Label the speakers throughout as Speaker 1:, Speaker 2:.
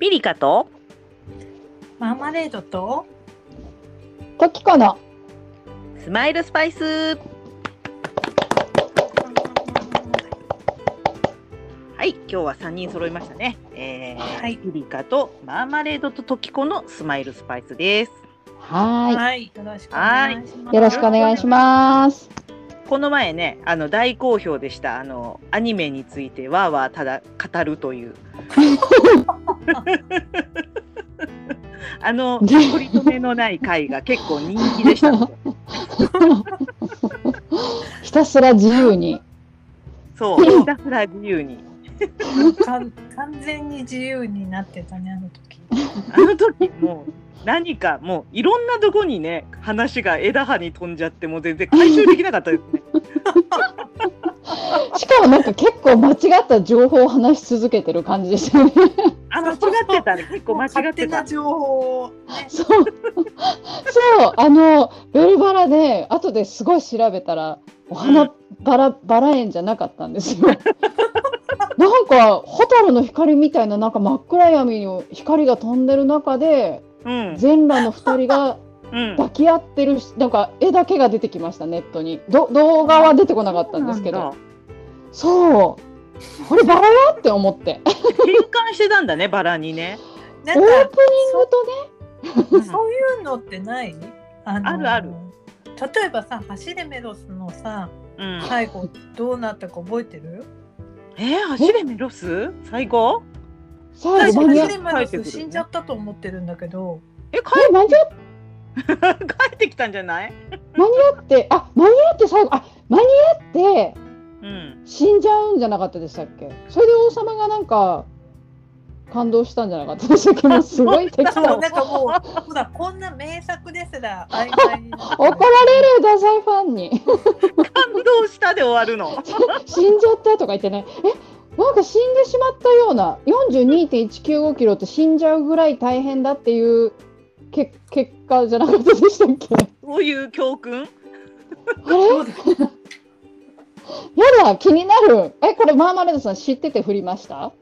Speaker 1: リリカと
Speaker 2: マーマレードと
Speaker 3: トキコの
Speaker 1: スマイルスパイスはい今日は3人揃いましたね、えー
Speaker 2: はい
Speaker 1: リリカとマーマレードとトキコのスマイルスパイスです
Speaker 3: は
Speaker 2: はい、よろしくお願いしま
Speaker 3: ーい
Speaker 2: す。
Speaker 3: よろしくお願いします
Speaker 1: この前ねあの大好評でしたあのアニメについてわーわーただ語ると いうあの取り留めのない回が結構人気でしたので
Speaker 3: ひたすら自由に
Speaker 1: そう ひたすら自由に
Speaker 2: す。完全に自由になってたねあの時。
Speaker 1: あの時もう何かもういろんなとこにね話が枝葉に飛んじゃってもう全然回収できなか ったですね。
Speaker 3: しかもなんか結構間違った情報を話し続けてる感じでしたよね
Speaker 1: あ間違ってたね結構間違
Speaker 2: 勝
Speaker 1: っ
Speaker 2: 手
Speaker 1: て
Speaker 2: な
Speaker 1: た。
Speaker 2: 情報を、ね、
Speaker 3: そうそうあのベルバラで後ですごい調べたらお花バラバラ園じゃなかったんですよ なんか蛍の光みたいななんか真っ暗闇に光が飛んでる中で
Speaker 1: うん
Speaker 3: 全裸の2人が
Speaker 1: うん
Speaker 3: 抱き合ってるしなんか絵だけが出てきましたネットにど動画は出てこなかったんですけどそうこれバラやって思ってオー
Speaker 1: そうなんだ変換してたんだねバラにね。
Speaker 2: な
Speaker 3: プニン
Speaker 2: んか
Speaker 3: グとね
Speaker 2: そういうのってない？あの
Speaker 1: あるある。
Speaker 2: 例えばさ、走れメロスのさ、
Speaker 1: うん、
Speaker 2: 最後どうなったか覚えてる？
Speaker 1: えー、走れメロス最後
Speaker 2: 最
Speaker 3: 最後
Speaker 2: 初
Speaker 3: 間に合
Speaker 2: 走
Speaker 3: っ
Speaker 2: れメロス死んじゃったと思ってるんだけど、
Speaker 1: え帰
Speaker 3: え間に合っ
Speaker 1: っ帰ってきたんじゃない？
Speaker 3: てあ間に合って最後あ間に合って
Speaker 1: うん
Speaker 3: 死んじゃうんじゃなかったでしたっけそれで王様がなんか感動したんじゃなかったでしたっけもうすごい適当
Speaker 2: そうな
Speaker 3: 怒ら
Speaker 2: ん
Speaker 3: れる
Speaker 2: かもうほらこんな名作ですら曖昧にな ってる。
Speaker 3: ダサいファンに
Speaker 1: 感動したで終わるの。
Speaker 3: 死んじゃったとか言ってねえなんか死んでしまったような42.195キロって死んじゃうぐらい大変だっていうけ結果じゃなかったでしたっけ
Speaker 1: そういう教訓？
Speaker 3: あれ
Speaker 2: そうだ
Speaker 3: やだ気になるえこれマーマレードさん知ってて振りました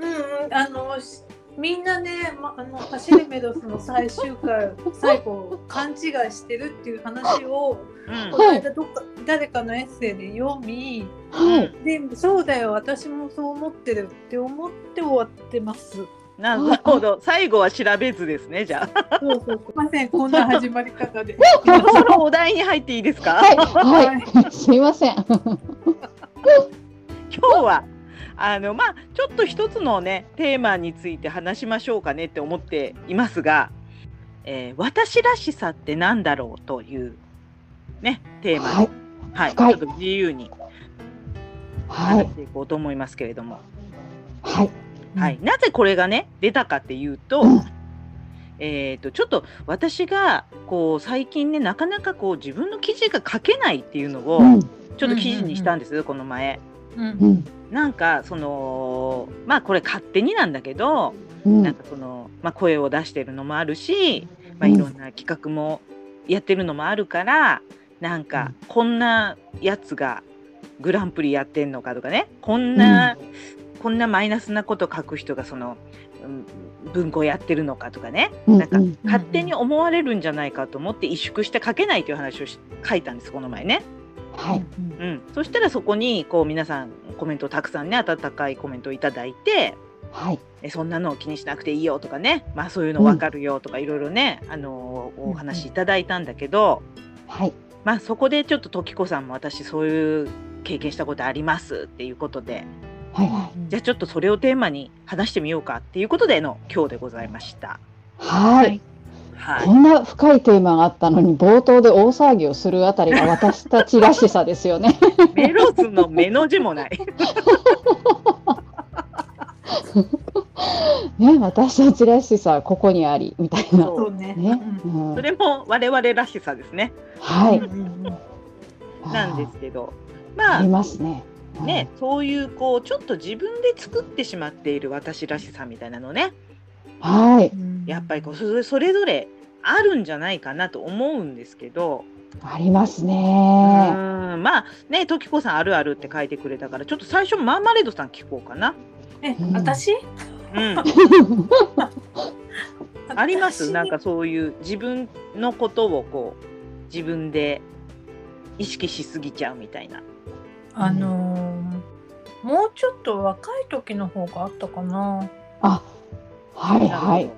Speaker 2: うんうん、あのしみんなね、ま、あの走るメドスの最終回最後勘違いしてるっていう話を
Speaker 1: うん
Speaker 2: この間どっか誰かのエッセイで読み
Speaker 3: はい。
Speaker 2: でそうだよ私もそう思ってるって思って終わってます。す
Speaker 1: なるほど最後は調べずですねじゃ あ。
Speaker 2: いませんこんな始まり方で。
Speaker 1: そのお題に入っていいですか？
Speaker 3: はい、はい、すいません。
Speaker 1: 今日はあのまあちょっと一つのねテーマについて話しましょうかねって思っていますが、えー私らしさってなんだろうというねテーマ
Speaker 3: は
Speaker 1: で
Speaker 3: い、
Speaker 1: はい、
Speaker 3: 深
Speaker 1: ち
Speaker 3: い
Speaker 1: ょっと自由に
Speaker 3: は
Speaker 1: 話
Speaker 3: い
Speaker 1: し、ていこうと思いますけれども、
Speaker 3: はい、
Speaker 1: はい、なぜこれがね出たかっていうと
Speaker 3: うん。
Speaker 1: えー、とちょっと私がこう最近ねなかなかこう自分の記事が書けないっていうのを
Speaker 3: うん、
Speaker 1: ちょっと記事にしたんです、この前。
Speaker 2: う
Speaker 3: うんん、
Speaker 1: なんかそのまあこれ勝手になんだけど、
Speaker 3: うん、
Speaker 1: なんかその、まあ、声を出してるのもあるし、まあ、
Speaker 3: うん
Speaker 1: いろんな企画もやってるのもあるから、なんかこんなやつがグランプリやってんのかとかねこんな、こんなマイナスなこと書く人がその、うん文庫やってるのかとかね
Speaker 3: うん
Speaker 1: なんか
Speaker 3: うん
Speaker 1: 勝手に思われるんじゃないかと思って萎縮して書けないという話をし書いたんですこの前ね。
Speaker 3: はい、
Speaker 1: うん、そしたらそこにこう皆さんコメントをたくさんね温かいコメントをいただいて、
Speaker 3: はい、
Speaker 1: えそんなのを気にしなくていいよとかね、まあ、そういうの分かるよとかいろいろね、あのーお話いただいたんだけど、
Speaker 3: はい、
Speaker 1: まあ、そこでちょっと時子さんも私そういう経験したことありますっていうことで
Speaker 3: はい、はい、
Speaker 1: じゃあちょっとそれをテーマに話してみようかっていうことでの今日でございました。
Speaker 3: は
Speaker 2: は
Speaker 3: い
Speaker 2: い
Speaker 1: はい
Speaker 3: こんな深いテーマがあったのに冒頭で大騒ぎをするあたりが私たちらしさですよね。
Speaker 1: メロスの目の字もない。
Speaker 3: ね、私たちらしさここにありみたいな。
Speaker 1: そ
Speaker 2: そうね。
Speaker 3: ね、
Speaker 2: う
Speaker 3: うんん
Speaker 1: そ、れも我々らしさですね。
Speaker 3: は
Speaker 2: う
Speaker 3: い、
Speaker 2: んうんうん
Speaker 1: なんですけど。
Speaker 3: あー。
Speaker 1: ま
Speaker 3: あ
Speaker 1: あ
Speaker 3: りますね。
Speaker 1: ね、そういうこうちょっと自分で作ってしまっている私らしさみたいなのね
Speaker 3: うん。はい、
Speaker 1: やっぱりこうそれそれぞれあるんじゃないかなと思うんですけど、
Speaker 3: あります
Speaker 1: う
Speaker 3: ね。
Speaker 1: ーんまあね時子さんあるあるって書いてくれたからちょっと最初マーマレードさん聞こうかな。
Speaker 2: え
Speaker 3: うん
Speaker 2: 私
Speaker 1: うん、ありますなんかそういう自分のことをこう自分で意識しすぎちゃうみたいな。
Speaker 2: あのーもうちょっと若い時の方があったかな。
Speaker 3: あ、はいはい。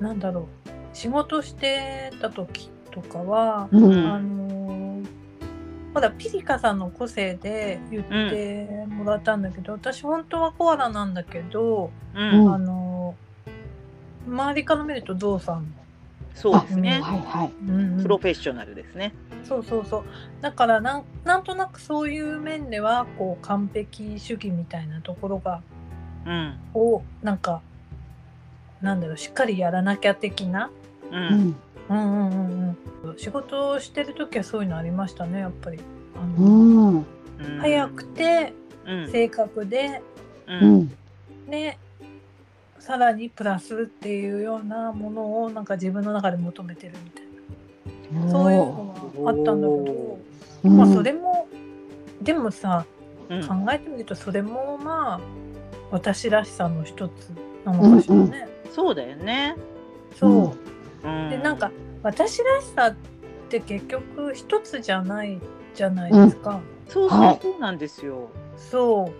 Speaker 2: なんだろう仕事してた時とかは、
Speaker 3: う
Speaker 2: あ
Speaker 3: ん。
Speaker 2: のーほらピリカさんの個性で言ってもらったんだけど、私本当はコアラなんだけど、
Speaker 1: うん、
Speaker 3: うん
Speaker 2: あのー周りから見るとゾウさん、
Speaker 1: そうですね。
Speaker 3: はいはい。
Speaker 2: うんうん
Speaker 1: プロフェッショナルですね。
Speaker 2: そうそうそうだからなんなんとなくそういう面ではこう完璧主義みたいなところが
Speaker 1: うん。
Speaker 2: をなんかなんだろうしっかりやらなきゃ的な、
Speaker 1: う。
Speaker 3: うんん。
Speaker 2: うんうんうんうん、仕事をしてる時はそういうのありましたねやっぱり。あの
Speaker 3: う
Speaker 1: う
Speaker 3: ん。
Speaker 1: ん
Speaker 2: 早く。て
Speaker 1: うん。
Speaker 2: 正確で、
Speaker 1: う。
Speaker 3: うんん。
Speaker 2: ねさらにプラスっていうようなものをなんか自分の中で求めてるみたいなそういうのがあったんだけど
Speaker 1: お、
Speaker 3: うん
Speaker 2: まあそれもでもさ
Speaker 1: うん
Speaker 2: 考えてみるとそれもまあ私らしさの一つなのかしらね。
Speaker 1: そうだよね。。
Speaker 2: そううんでなんか私らしさって結局一つじゃないじゃないですか。
Speaker 1: そうそうそうなんですよ。
Speaker 2: そう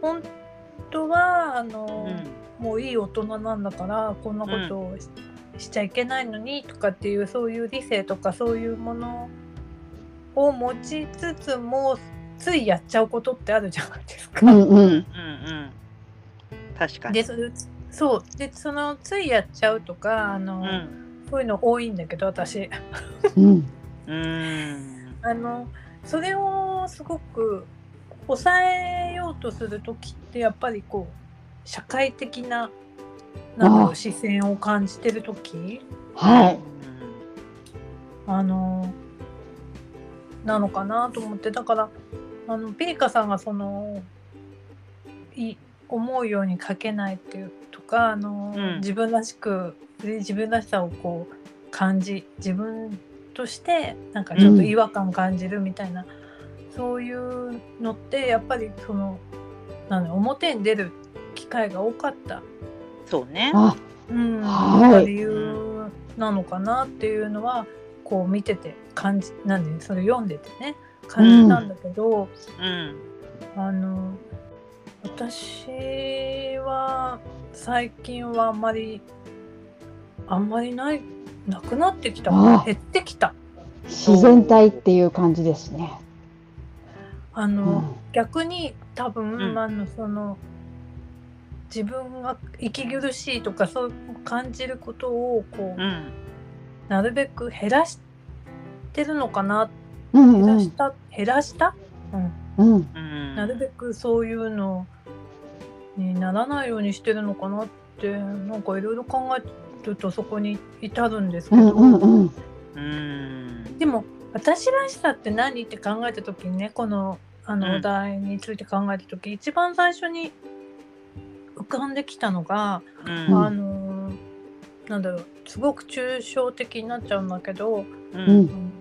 Speaker 2: 本当はあの、
Speaker 1: うん。
Speaker 2: もういい大人なんだからこんなことをし,、ちゃいけないのにとかっていうそういう理性とかそういうものを持ちつつもついやっちゃうことってあるじゃないです
Speaker 3: う
Speaker 2: か。
Speaker 3: んうん。
Speaker 1: うんうん。確かに。
Speaker 2: でそれそうでそのついやっちゃうとかあの、
Speaker 1: うん。
Speaker 2: そういうの多いんだけど私
Speaker 3: うん。
Speaker 1: うん。
Speaker 2: あのそれをすごく抑えようとする時ってやっぱりこう社会的ななんだろ
Speaker 3: ああ
Speaker 2: う視線を感じてる時
Speaker 3: はい。
Speaker 2: あのなのかなと思ってだからあのピリカさんがそのい思うように書けないっていうとかあの、
Speaker 1: うん
Speaker 2: 自分らしくで自分らしさをこう感じ自分としてなんかちょっと違和感感じるみたいな、そういうのってやっぱりそのなんだろう表に出る機会が多かった
Speaker 1: そうね。
Speaker 3: あ、
Speaker 2: うん、
Speaker 3: はい
Speaker 2: やっぱ理由なのかなっていうのはこう見てて感じなんでそれ読んでてね感じたんだけど、
Speaker 1: うん。
Speaker 2: あの私は最近はあんまりあんまりないなくなってきた
Speaker 3: あ
Speaker 2: 減ってきた
Speaker 3: 自然体っていう感じですね。
Speaker 2: あ
Speaker 3: う
Speaker 2: の、
Speaker 3: ん
Speaker 2: 逆に多分、
Speaker 1: うん
Speaker 2: あのその自分が息苦しいとかそう感じることをこう、
Speaker 1: うん。
Speaker 2: なるべく減らしてるのかな
Speaker 3: うん
Speaker 2: 減
Speaker 3: う
Speaker 2: らし
Speaker 3: ん
Speaker 2: た、減らした、うん、
Speaker 3: うん
Speaker 1: うん。
Speaker 2: なるべくそういうのにならないようにしてるのかなってなんかいろいろ考えるとそこに至るんですけ
Speaker 3: う
Speaker 2: ど、
Speaker 3: んうんうん
Speaker 1: うん。
Speaker 2: でも私らしさって何って考えた時にねこのあ
Speaker 1: うん
Speaker 2: のお題について考えた時、一番最初に浮かんできたのが、
Speaker 1: うん。
Speaker 2: あのーなんだろうすごく抽象的になっちゃうんだけど、
Speaker 1: う。
Speaker 3: うんん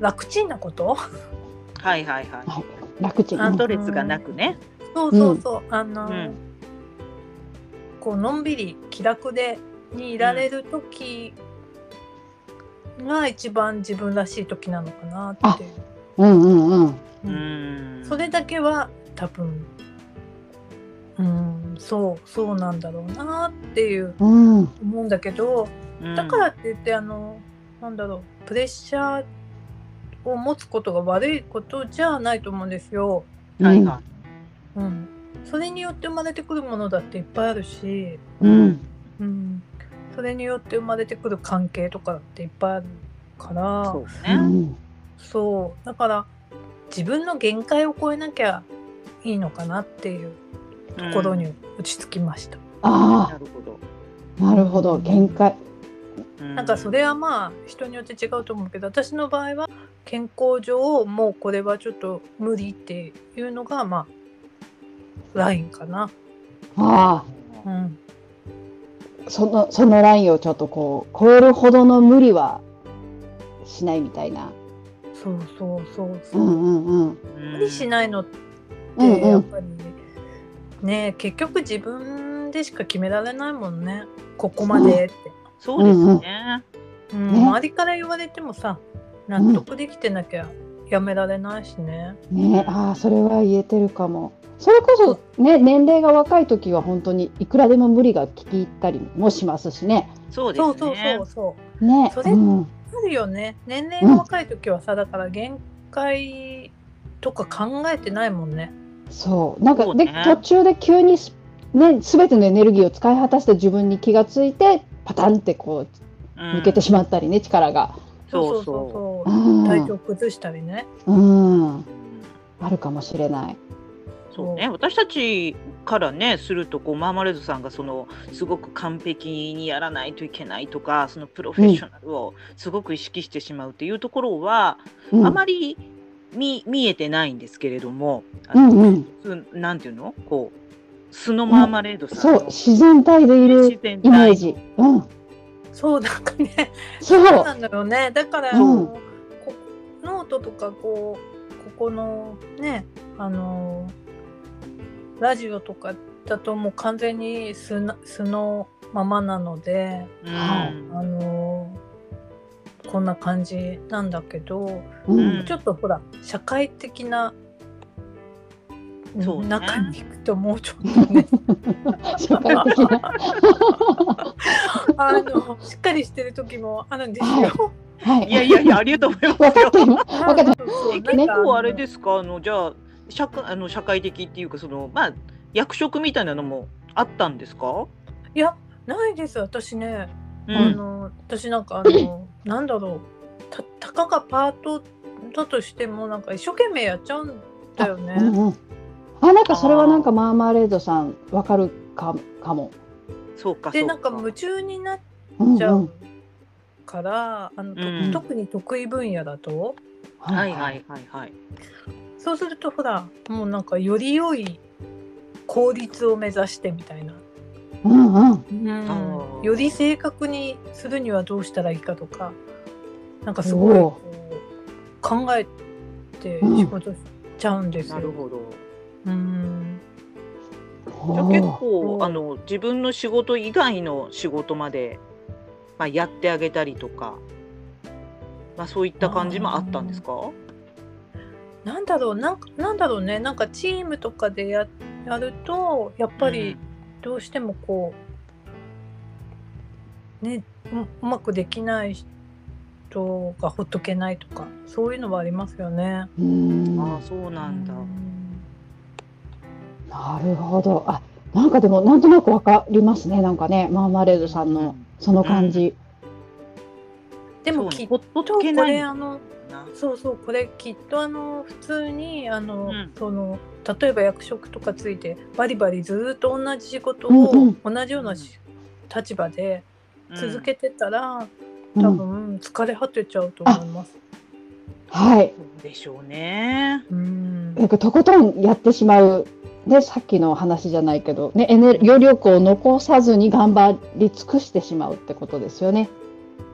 Speaker 2: 楽ちんなこと
Speaker 1: はいはいはい。
Speaker 3: はい楽ちん
Speaker 1: アントレスがなくね。
Speaker 2: そうそうそう、あの、
Speaker 1: うん
Speaker 2: こうのんびり気楽でにいられる時が一番自分らしい時なのかなっていう、
Speaker 3: うんうんうん
Speaker 1: う
Speaker 2: うん
Speaker 1: ん。
Speaker 2: それだけは多分うんそうそうなんだろうなっていう
Speaker 3: うん
Speaker 2: 思うんだけど
Speaker 1: うん
Speaker 2: だからって言ってあのなんだろうプレッシャーを持つことが悪いことじゃないと思うんですよ。
Speaker 1: はいは
Speaker 2: うん、それによって生まれてくるものだっていっぱいあるし、
Speaker 3: うん
Speaker 2: うん、それによって生まれてくる関係とかだっていっぱいあるか
Speaker 1: い。
Speaker 2: ら
Speaker 1: そ
Speaker 2: そう
Speaker 1: う
Speaker 3: う
Speaker 1: ね。
Speaker 3: ん
Speaker 2: だから自分の限界を超えなきゃいいのかなっていうところに落ち着きました、
Speaker 3: あ
Speaker 1: なるほど。
Speaker 3: あなるほど限界
Speaker 1: な
Speaker 2: なんかそれはまあ人によって違うと思うけど私の場合は健康上もうこれはちょっと無理っていうのがまあラインかな。
Speaker 3: あ
Speaker 2: うん
Speaker 3: あそのそのラインをちょっとこう超えるほどの無理はしないみたいな
Speaker 2: そうそうそう
Speaker 3: う
Speaker 2: そう、
Speaker 3: んうんうん
Speaker 2: 無理し
Speaker 1: い。
Speaker 2: ないのって
Speaker 3: うんうん
Speaker 2: やっぱり、ねえ結局自分でしか決められないもんねここまでって、
Speaker 1: そうですね。
Speaker 2: うん
Speaker 3: ね
Speaker 2: 周りから言われてもさ納得できてなきゃやめられないしね、
Speaker 3: ねああそれは言えてるかもそれこそね年齢が若い時は本当にいくらでも無理が聞き入ったりもしますしね
Speaker 1: そうです
Speaker 2: そ
Speaker 1: ね。
Speaker 2: うそうそうそう
Speaker 3: ね
Speaker 2: それ
Speaker 3: うん、
Speaker 2: あるよね年齢が若い時はさだから限界とか考えてないもんね
Speaker 3: そうなんか
Speaker 1: そう
Speaker 3: で
Speaker 1: ね
Speaker 3: 途中で急にすね全てのエネルギーを使い果たして自分に気がついてパタンってこう
Speaker 1: うん
Speaker 3: 抜けてしまったりね力が、
Speaker 1: そうそう
Speaker 2: う体調
Speaker 3: ん
Speaker 2: 崩したりね
Speaker 3: うん、
Speaker 1: うん
Speaker 3: あるかもしれない。
Speaker 1: そうね、私たちからねするとこうマーマレードさんがそのすごく完璧にやらないといけないとかそのプロフェッショナルをすごく意識してしまうっていうところは、
Speaker 3: うん、
Speaker 1: あまり見見えてないんですけれども、あ
Speaker 3: う
Speaker 1: の
Speaker 3: んうん、
Speaker 1: すなんていうのこう素のマーマレードさん
Speaker 3: そう
Speaker 1: の
Speaker 3: 自然体でいる
Speaker 1: 自然
Speaker 3: イメー
Speaker 1: 体
Speaker 3: ジ。うん、
Speaker 2: そうなんかね
Speaker 3: そ
Speaker 2: そう
Speaker 3: う
Speaker 2: なんだよねだから、
Speaker 3: うん
Speaker 2: こノートとかこうここのねあのラジオとかだともう完全に素な素のままなので
Speaker 1: うん
Speaker 3: はい
Speaker 2: あのこんな感じなんだけど
Speaker 3: う
Speaker 1: うん
Speaker 3: ん、
Speaker 2: ちょっとほら社会的な
Speaker 1: そうね
Speaker 2: 中に行くともうちょっとね
Speaker 3: 社会的な。
Speaker 2: あのしっかりしてる時もあるんですよ。
Speaker 3: はい。
Speaker 1: いやいやいやありがとうござい ます
Speaker 3: 分かってる。
Speaker 2: わ
Speaker 3: かった
Speaker 1: え結構あれ
Speaker 2: す
Speaker 1: ですかあのじゃあ社会あの社会的っていうかそのまあ役職みたいなのもあったんですか、
Speaker 2: いやないです私ね、
Speaker 1: う
Speaker 2: あ
Speaker 1: ん
Speaker 2: の私なんかあのなんだろうたたかがパートだとしてもなんか一生懸命やっちゃうんだよね。
Speaker 3: うんうん。あ、なんかそれはなんかマーマレードさんわかるかかも。
Speaker 1: そうか
Speaker 2: で
Speaker 1: そう
Speaker 2: なんか夢中になっ
Speaker 3: うんうん
Speaker 2: ちゃうから、あのと
Speaker 1: うん
Speaker 2: 特に得意分野だと
Speaker 1: はいはい。はいはい。
Speaker 2: そうするとほらもうなんかより良い効率を目指してみたいな、
Speaker 3: うんうん。
Speaker 1: ー
Speaker 2: より正確にするにはどうしたらいいかとかなんかすごい
Speaker 3: おー
Speaker 2: こう考えて仕事しちゃうんですよ
Speaker 1: な。るほど。
Speaker 2: うん
Speaker 1: じゃあ結
Speaker 3: おー
Speaker 1: 構
Speaker 2: おー
Speaker 1: あの自分の仕事以外の仕事まで、まあ、やってあげたりとか、まあ、そういった感じもあったんですか
Speaker 2: なんだろうなんかなんだろうねなんかチームとかでややるとやっぱりどうしてもこうねううまくできない人がほっとけないとかそういうのはありますよね。
Speaker 3: うーん。
Speaker 1: ああ
Speaker 3: な
Speaker 1: そうなんだ。
Speaker 3: るほど。あ、なんかでもなんとなくわかりますね。なんかね、マーマレードさんのその感じ。
Speaker 2: で
Speaker 1: そ
Speaker 2: も
Speaker 1: う
Speaker 2: き
Speaker 1: ね
Speaker 2: っ
Speaker 1: ほ
Speaker 2: と
Speaker 1: っと
Speaker 2: こ
Speaker 1: けない
Speaker 2: れあのそうそうこれきっとあの普通にあの、
Speaker 1: うん
Speaker 2: その例えば役職とかついてバリバリずーっと同じ仕事
Speaker 3: うんう
Speaker 2: を
Speaker 3: ん
Speaker 2: 同じようなし立場で続けてたら、
Speaker 3: う
Speaker 2: 多
Speaker 3: ん。
Speaker 2: 分疲れ果てちゃうと思います。
Speaker 3: はい。
Speaker 1: うんそうでしょうね。
Speaker 2: うん
Speaker 3: なんかとことんやってしまう。ね、さっきの話じゃないけど、ね、エネ余力を残さずに頑張り尽くしてしまうってことですよね。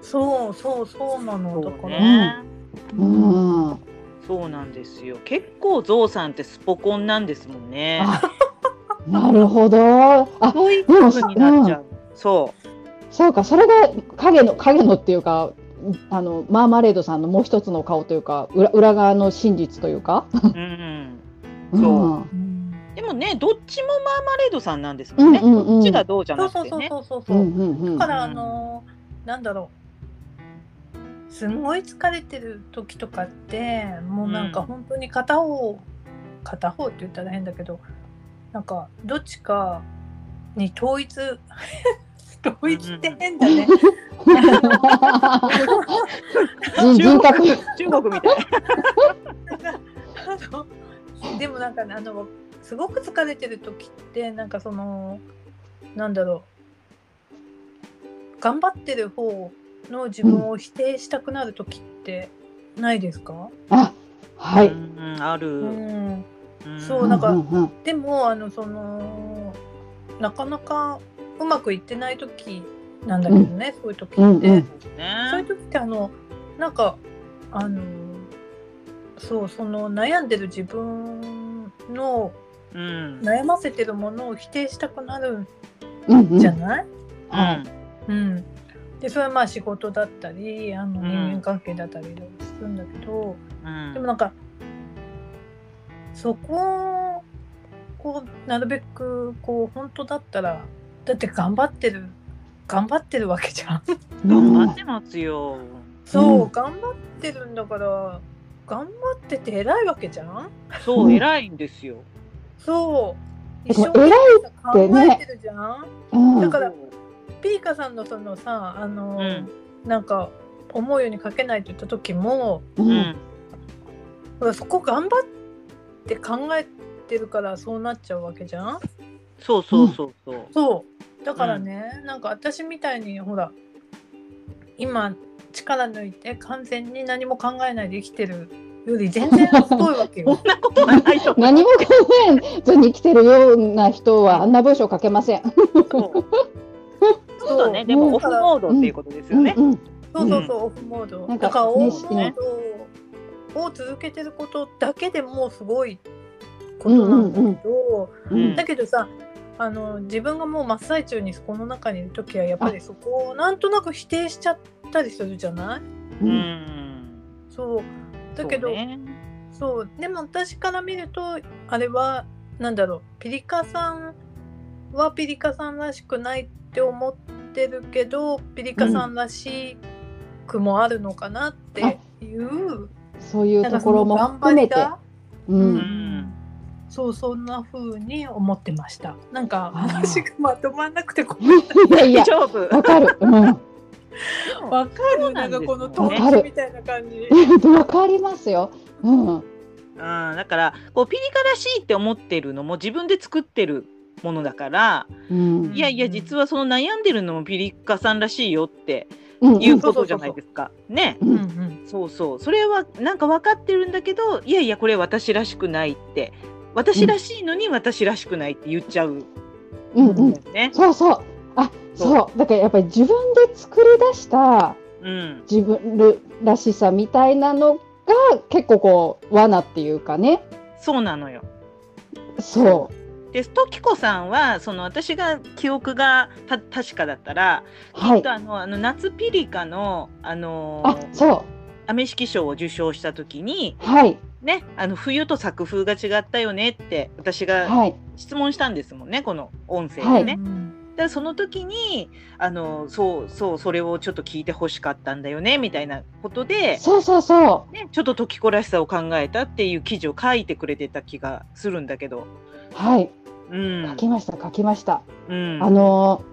Speaker 2: そうそうそうなの
Speaker 1: そ
Speaker 2: だ
Speaker 1: う
Speaker 2: から、
Speaker 1: ね。
Speaker 3: うん。あ、
Speaker 1: そうなんですよ。結構ゾウさんってスポコンなんですもんね。
Speaker 3: なるほど。あ、
Speaker 1: そういう風になっちゃう。そう。
Speaker 3: そうか、それが影の影のっていうか、あのマーマレードさんのもう一つの顔というか、裏裏側の真実というか。
Speaker 1: うん。そ
Speaker 2: うん
Speaker 1: でもね、どっちもマーマレードさんなんです
Speaker 3: う
Speaker 1: もん
Speaker 3: ん
Speaker 1: ね。
Speaker 3: うんうん。
Speaker 1: どっちがどうじゃ
Speaker 2: そ
Speaker 1: な
Speaker 2: う
Speaker 1: くて
Speaker 2: そう
Speaker 1: ね。
Speaker 2: そうそうそう
Speaker 3: う
Speaker 2: そう、
Speaker 3: んうんうん
Speaker 2: だからあのなんだろうすんごい疲れてる時とかってもうなんか
Speaker 1: うん
Speaker 2: 本当に片方片方って言ったら変だけどなんかどっちかに統一 統一って変だね。
Speaker 3: 人人格。
Speaker 1: 中国みたい。
Speaker 2: なんかあ のでもなんかねあのすごく疲れてる時ってなんかそのなんだろう頑張ってる方の自分を否定したくなる時ってないですか、
Speaker 3: あ、は
Speaker 1: う
Speaker 3: い。
Speaker 1: んうんあ
Speaker 2: う
Speaker 1: る。
Speaker 2: ん、
Speaker 1: うん
Speaker 2: そうなんか
Speaker 3: うんうん
Speaker 2: でもあのそのなかなかうまくいってない時なんだけどね、そういう時って、
Speaker 3: うんうん
Speaker 2: そういう
Speaker 1: ね。
Speaker 2: 時ってあのなんかあのそうその悩んでる自分の
Speaker 1: うん。
Speaker 2: 悩ませてるものを否定したくなるん
Speaker 3: うんうん
Speaker 2: じゃない、
Speaker 3: はい
Speaker 2: うん、でそれはまあ仕事だったりあの
Speaker 1: うん
Speaker 2: 人間関係だったりするんだけど、
Speaker 1: うん。
Speaker 2: でもなんかそこをこうなるべくこう本当だったらだって頑張ってる頑張ってるわけじゃん。
Speaker 1: 頑
Speaker 3: う
Speaker 1: 張
Speaker 3: ん
Speaker 1: ってますよ。
Speaker 2: そう、
Speaker 3: うん
Speaker 2: 頑張ってるんだから頑張ってて偉いわけじゃん
Speaker 1: そうう、
Speaker 3: ん
Speaker 1: 偉いんですよ。
Speaker 2: そう
Speaker 3: で
Speaker 2: 一生
Speaker 3: も
Speaker 2: 懸命さ考えてるじゃん、
Speaker 3: うん
Speaker 2: だからピーカさんのそのさあの、
Speaker 1: うん
Speaker 2: なんか思うように書けないって言った時も
Speaker 3: う
Speaker 1: うんん。
Speaker 2: ほらそこ頑張って考えてるからそうなっちゃうわけじゃん
Speaker 1: そうそうそうそう。
Speaker 2: そうだからね、なんか私みたいにほら今力抜いて完全に何も考えないで生きてるより全然太いわけ よ
Speaker 1: そんなことはないと思う。
Speaker 3: 何も考えずに生きてるような人はあんな文章書けません。
Speaker 1: そうそうだね。でもオフモードっていうことですよね。
Speaker 3: うんうん
Speaker 2: そうそうそう、オフモード。
Speaker 3: なんか
Speaker 2: だからオ
Speaker 1: ね
Speaker 2: フモー
Speaker 1: ね
Speaker 2: ドを続けてることだけでもうすごいことなんだけど、
Speaker 3: うん
Speaker 1: うん
Speaker 2: だけどさあの自分がもう真っ最中にこの中にいる時はやっぱりそこをなんとなく否定しちゃったりするじゃない
Speaker 1: うん。
Speaker 2: そうだけど
Speaker 1: そ
Speaker 2: そうう,、
Speaker 1: ね
Speaker 2: でも私から見るとあれはなんだろうピリカさんはピリカさんらしくないって思ってるけどピリカさんらしくもあるのかなっていう、
Speaker 3: そういう
Speaker 2: なん
Speaker 3: と
Speaker 2: か
Speaker 3: こ
Speaker 2: そ
Speaker 3: ろ
Speaker 2: の
Speaker 3: も
Speaker 2: 頑
Speaker 3: 含
Speaker 2: 張
Speaker 3: め
Speaker 2: り
Speaker 3: て。
Speaker 2: が、
Speaker 3: う
Speaker 2: うんん、そうそんな風に思ってましたなんか
Speaker 3: あー
Speaker 2: 話がまとまらなくてごめん
Speaker 1: 大
Speaker 3: いやいや、
Speaker 1: 丈夫。
Speaker 3: わかる。うん
Speaker 2: わか
Speaker 1: そ
Speaker 2: る
Speaker 1: うなん
Speaker 2: なん
Speaker 1: です
Speaker 2: かこのト
Speaker 3: わか
Speaker 2: ー
Speaker 3: る
Speaker 2: クみたいな感じ
Speaker 3: えわかりますよ。うん。
Speaker 1: うん。だからこうピリカらしいって思ってるのも自分で作ってるものだから、
Speaker 3: うん。
Speaker 1: いやいや実はその悩んでるのもピリカさんらしいよって
Speaker 3: うん
Speaker 1: いうことじゃないですか。ね。
Speaker 3: うん
Speaker 1: そうそう。それはなんか分かってるんだけど、いやいやこれ私らしくないって。私らしいのに私らしくないって言っちゃう
Speaker 3: うんうんん
Speaker 1: だ。よね。
Speaker 3: そうそう。あ、そう。だからやっぱり自分で作り出した
Speaker 1: うん。
Speaker 3: 自分らしさみたいなのが結構こう罠っていうかね。
Speaker 1: そうなのよ。
Speaker 3: そ
Speaker 1: で時子さんはその私が記憶がた確かだったら、
Speaker 3: う。は
Speaker 1: きっ
Speaker 3: い
Speaker 1: と。あのあの夏ピリカの、あの
Speaker 3: あ、そ
Speaker 1: アメ式賞を受賞した時に
Speaker 3: う。はい。
Speaker 1: ねあの冬と作風が違ったよねって私が
Speaker 3: はい。
Speaker 1: 質問したんですもんねこの音声
Speaker 3: は
Speaker 1: で
Speaker 3: い
Speaker 1: ね。だからその時にあのそうそうそれをちょっと聞いてほしかったんだよねみたいなことで、
Speaker 3: そうそうそ
Speaker 1: ね、ちょっと時子らしさを考えたっていう記事を書いてくれてた気がするんだけど。
Speaker 3: う。はい。
Speaker 1: うん
Speaker 3: 書きました。書きました。
Speaker 1: うん
Speaker 3: あの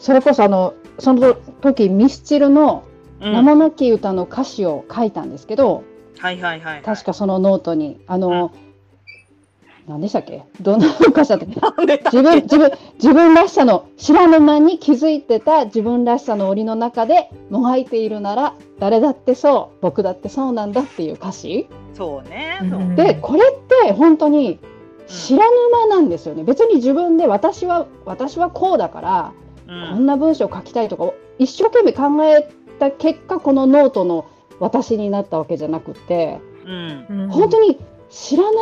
Speaker 3: ーそれこそあのその時ミスチルの「
Speaker 1: うん
Speaker 3: 名もなき歌」の歌詞を書いたんですけど、
Speaker 1: はいはいはいはい。
Speaker 3: 確かそのノートにあのー、何でしたっけどんな歌詞だったっけ自 分自分自分らしさの知らぬ間に気づいてた自分らしさの檻の中でもがいているなら誰だってそう僕だってそうなんだっていう歌詞
Speaker 1: そうね。
Speaker 2: うん
Speaker 1: そう
Speaker 2: うん
Speaker 3: でこれって本当に知らぬ間なんですよね別に自分で私は私はこうだから
Speaker 1: う
Speaker 3: こ
Speaker 1: ん
Speaker 3: んな文章書きたいとか一生懸命考えた結果このノートの私になったわけじゃなくて
Speaker 1: うん
Speaker 2: うん
Speaker 3: 本当に知らない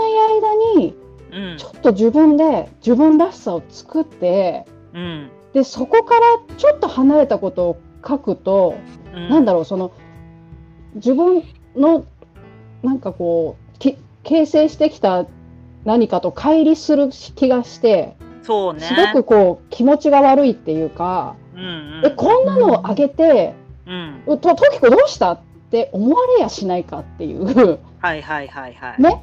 Speaker 3: 間に
Speaker 1: うん
Speaker 3: ちょっと自分で自分らしさを作って
Speaker 1: うん
Speaker 3: でそこからちょっと離れたことを書くと
Speaker 1: うん
Speaker 3: なんだろうその自分のなんかこうき形成してきた何かと乖離する気がして
Speaker 1: そうね。
Speaker 3: すごくこう気持ちが悪いっていうか
Speaker 1: うんうん
Speaker 3: えこんなのをあげて
Speaker 1: うん
Speaker 3: と、トキコどうしたって思われやしないかっ ていう、多
Speaker 1: はいはいはいはい。
Speaker 3: ね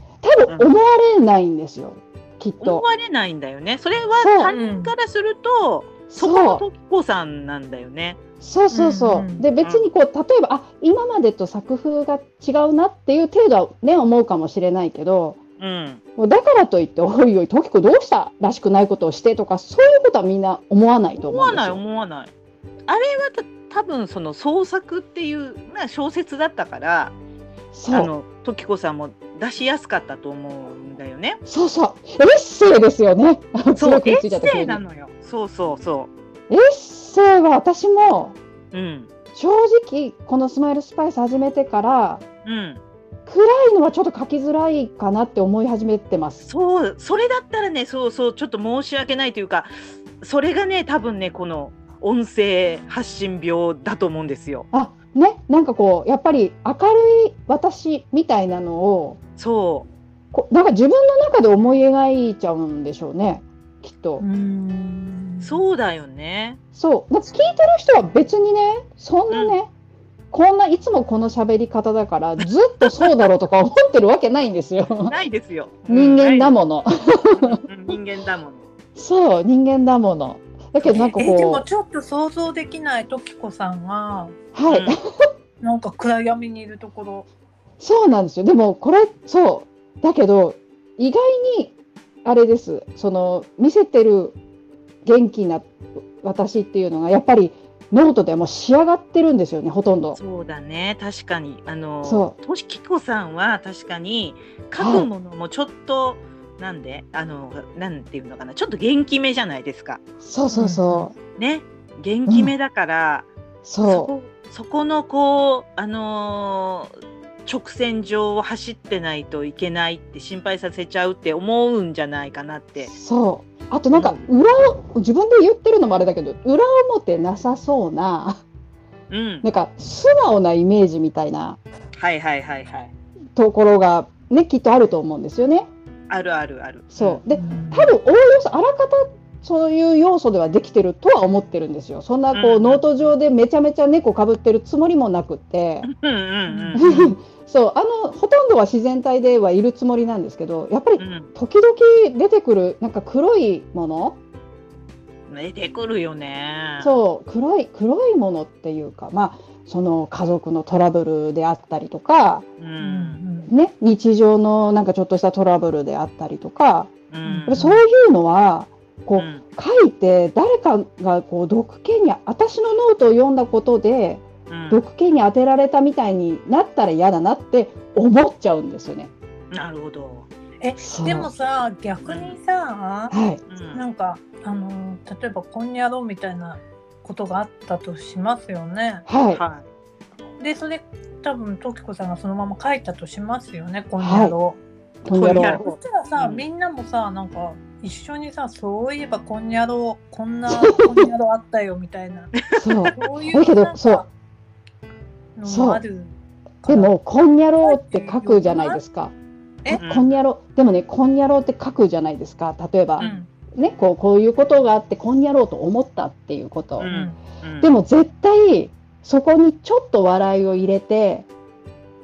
Speaker 3: 分思われないんですよ、きっ
Speaker 1: 思
Speaker 3: と。
Speaker 1: われないんだよね。それ
Speaker 3: そう
Speaker 1: は他人からすると、そこ
Speaker 3: そ
Speaker 1: の
Speaker 3: う、
Speaker 1: 時子さんなんだよね。
Speaker 3: そうそうそう。
Speaker 2: うんうん
Speaker 3: で、別にこう、例えば、あ、今までと作風が違うなっていう程度はね、思うかもしれないけど、
Speaker 1: うん。
Speaker 3: もうだからといって、おいおい、トキコどうしたらしくないことをしてとか、そういうことはみんな思わないと
Speaker 1: 思
Speaker 3: 思う
Speaker 1: わ
Speaker 3: んです
Speaker 1: ない
Speaker 3: よ。
Speaker 1: 思わない。あれはた多分その創作っていうな小説だったから、あ
Speaker 3: そう。
Speaker 1: の時子さんも出しやすかったと思うんだよね。
Speaker 3: そうそう。エッセイですよね。
Speaker 1: そう、エ
Speaker 3: 強くついちゃっ
Speaker 1: ッ
Speaker 3: た急
Speaker 1: セ
Speaker 3: に
Speaker 1: イなのよ。そうそうそ
Speaker 3: エッセイは私も、
Speaker 1: う。うん。
Speaker 3: 正直、このスマイルスパイス始めてから、
Speaker 1: うん。
Speaker 3: 暗いのはちょっと書きづらいかなって思い始めてます。
Speaker 1: そうそれだったらねそうそうちょっと申し訳ないというかそれがね多分ねこの音声発信病だと思うんですよ。
Speaker 3: あね、なんかこうやっぱり明るい私みたいなのを
Speaker 1: そ
Speaker 3: こなんか自分の中で思い描いちゃうんでしょうねきっと。
Speaker 2: ん
Speaker 1: うそうだよね。
Speaker 3: そうだから聞いてる人は別にねそんなね、こんないつもこの喋り方だからずっとそうだろうとか思ってるわけないんですよ
Speaker 1: ないですよ。
Speaker 3: 人間だ
Speaker 1: も
Speaker 3: もの。
Speaker 1: ん。人間だもん。
Speaker 3: そう人間だもの。だけどなんか
Speaker 2: えでも
Speaker 3: こ
Speaker 2: ちょっと想像できない時子さんが
Speaker 3: うはい、
Speaker 1: うん
Speaker 2: なんか暗闇にいるところ
Speaker 3: そうなんですよ。でもこれそうだけど意外にあれです。その見せてる元気な私っていうのがやっぱりノートでもう仕上がってるんですよねほとんど。
Speaker 1: そうだね確かにあの
Speaker 3: そ
Speaker 1: としきこさんは確かに書くものもちょっと、なんであのなんていうのかなちょっと元気めじゃないですか
Speaker 3: そうそうそう、
Speaker 1: ね元気めだから、そ
Speaker 3: そ
Speaker 1: こそこのこうあのー直線上を走ってないといけないって心配させちゃうって思うんじゃないかなっ
Speaker 3: う
Speaker 1: て
Speaker 3: そう。あとなんか裏を自分で言ってるのもあれだけど裏表なさそうな
Speaker 1: うん
Speaker 3: なんか素直なイメージみたいな
Speaker 1: はいはいはいはい
Speaker 3: ところがねきっとあると思うんですよね。
Speaker 1: あるあるある
Speaker 3: そうで
Speaker 2: うん
Speaker 3: 多分おおよそあらかたそういう要素ではできてるとは思ってるんですよ。そんなこう、
Speaker 1: うん
Speaker 3: ノート上でめちゃめちゃ猫かぶってるつもりもなくって、
Speaker 1: うんうん
Speaker 3: そうあのほとんどは自然体ではいるつもりなんですけどやっぱり
Speaker 1: うんうん
Speaker 3: 時々出てくるなんか黒いもの、
Speaker 1: 出てくるよね
Speaker 3: そう黒い黒いものっていうかまあその家族のトラブルであったりとか、
Speaker 1: う
Speaker 2: うんん
Speaker 3: ね、日常のなんかちょっとしたトラブルであったりとか、
Speaker 1: うん
Speaker 3: やっぱそういうのはこう、
Speaker 1: うん
Speaker 3: 書いて誰かがこう毒気に私のノートを読んだことで
Speaker 1: うん
Speaker 3: 毒気に当てられたみたいになったら嫌だなって思っちゃうんですよね。
Speaker 1: なるほど。
Speaker 2: え
Speaker 3: そう
Speaker 2: でもさ逆にさ
Speaker 3: はい、
Speaker 1: うん
Speaker 2: なんかあの例えばこんにゃろうみたいなことがあったとしますよね。
Speaker 3: はい、
Speaker 1: は
Speaker 2: でそれ多分時子さんがそのまま書いたとしますよねこんにゃろう。
Speaker 3: こんに
Speaker 1: こ
Speaker 3: ゃ
Speaker 1: んにゃろ
Speaker 3: ろ
Speaker 1: う
Speaker 2: そしたらさ、
Speaker 1: うん
Speaker 2: みんなもさなんか一緒にさそういえばこんにゃろうこ んなこんにゃろうあったよみたいな
Speaker 3: う。そう。
Speaker 2: そうい
Speaker 3: だけ
Speaker 2: う
Speaker 3: ど
Speaker 2: なん
Speaker 3: そう
Speaker 2: かのもあるか
Speaker 3: で
Speaker 2: ら
Speaker 3: も、こんにゃろうって書くじゃないですか。
Speaker 2: え
Speaker 3: ねこんにゃろう、でもね、こんにゃろうって書くじゃないですか。例えば、
Speaker 2: うん
Speaker 3: ね、こう、こういうことがあって、こんにゃろうと思ったっていうこと。
Speaker 1: うんい。
Speaker 3: でも、絶対、そこにちょっと笑いを入れて。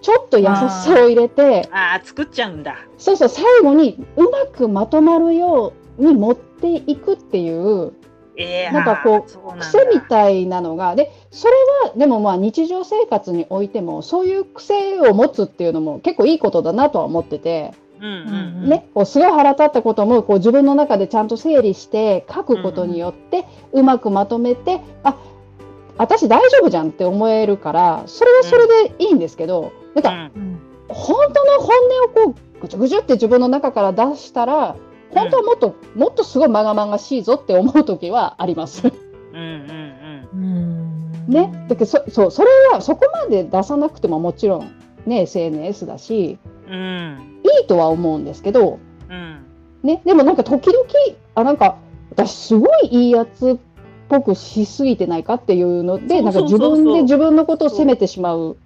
Speaker 3: ちょっと優しさを入れて
Speaker 1: う、ん、ああ作っちゃうんだ。
Speaker 3: そうそう最後にうまくまとまるように持っていくっていう
Speaker 1: ええ
Speaker 3: なんかこう
Speaker 1: う
Speaker 3: 癖み
Speaker 1: い。
Speaker 3: たいなのがでそれはでもまあ日常生活においてもそういう癖を持つっていうのも結構いいことだなとは思ってて、
Speaker 1: うんうん。
Speaker 3: ね、こうすごい腹立ったこともこう自分の中でちゃんと整理して書くことによってうまくまとめて、あ私大丈夫じゃんって思えるからそれはそれでいいんですけど、な
Speaker 1: う
Speaker 3: んか
Speaker 1: ん
Speaker 2: うん
Speaker 3: 本当の本音をこうぐちゅぐちゅって自分の中から出したら本当はもっと、もっとすごいまがまがしいぞって思う時はあります。
Speaker 1: うんうん
Speaker 2: うん
Speaker 3: ね、だけどそそうそれはそこまで出さなくてももちろん、ね、SNS だし
Speaker 1: うんうん
Speaker 3: いいとは思うんですけど、
Speaker 1: うん。
Speaker 3: ね、でもなんか時々あなんか私すごいいいやつっぽくしすぎてないかっていうので
Speaker 1: そう
Speaker 3: な
Speaker 1: ん
Speaker 3: か
Speaker 1: そう
Speaker 3: 自
Speaker 1: そうそう
Speaker 3: 分で自分のことを責めてしまう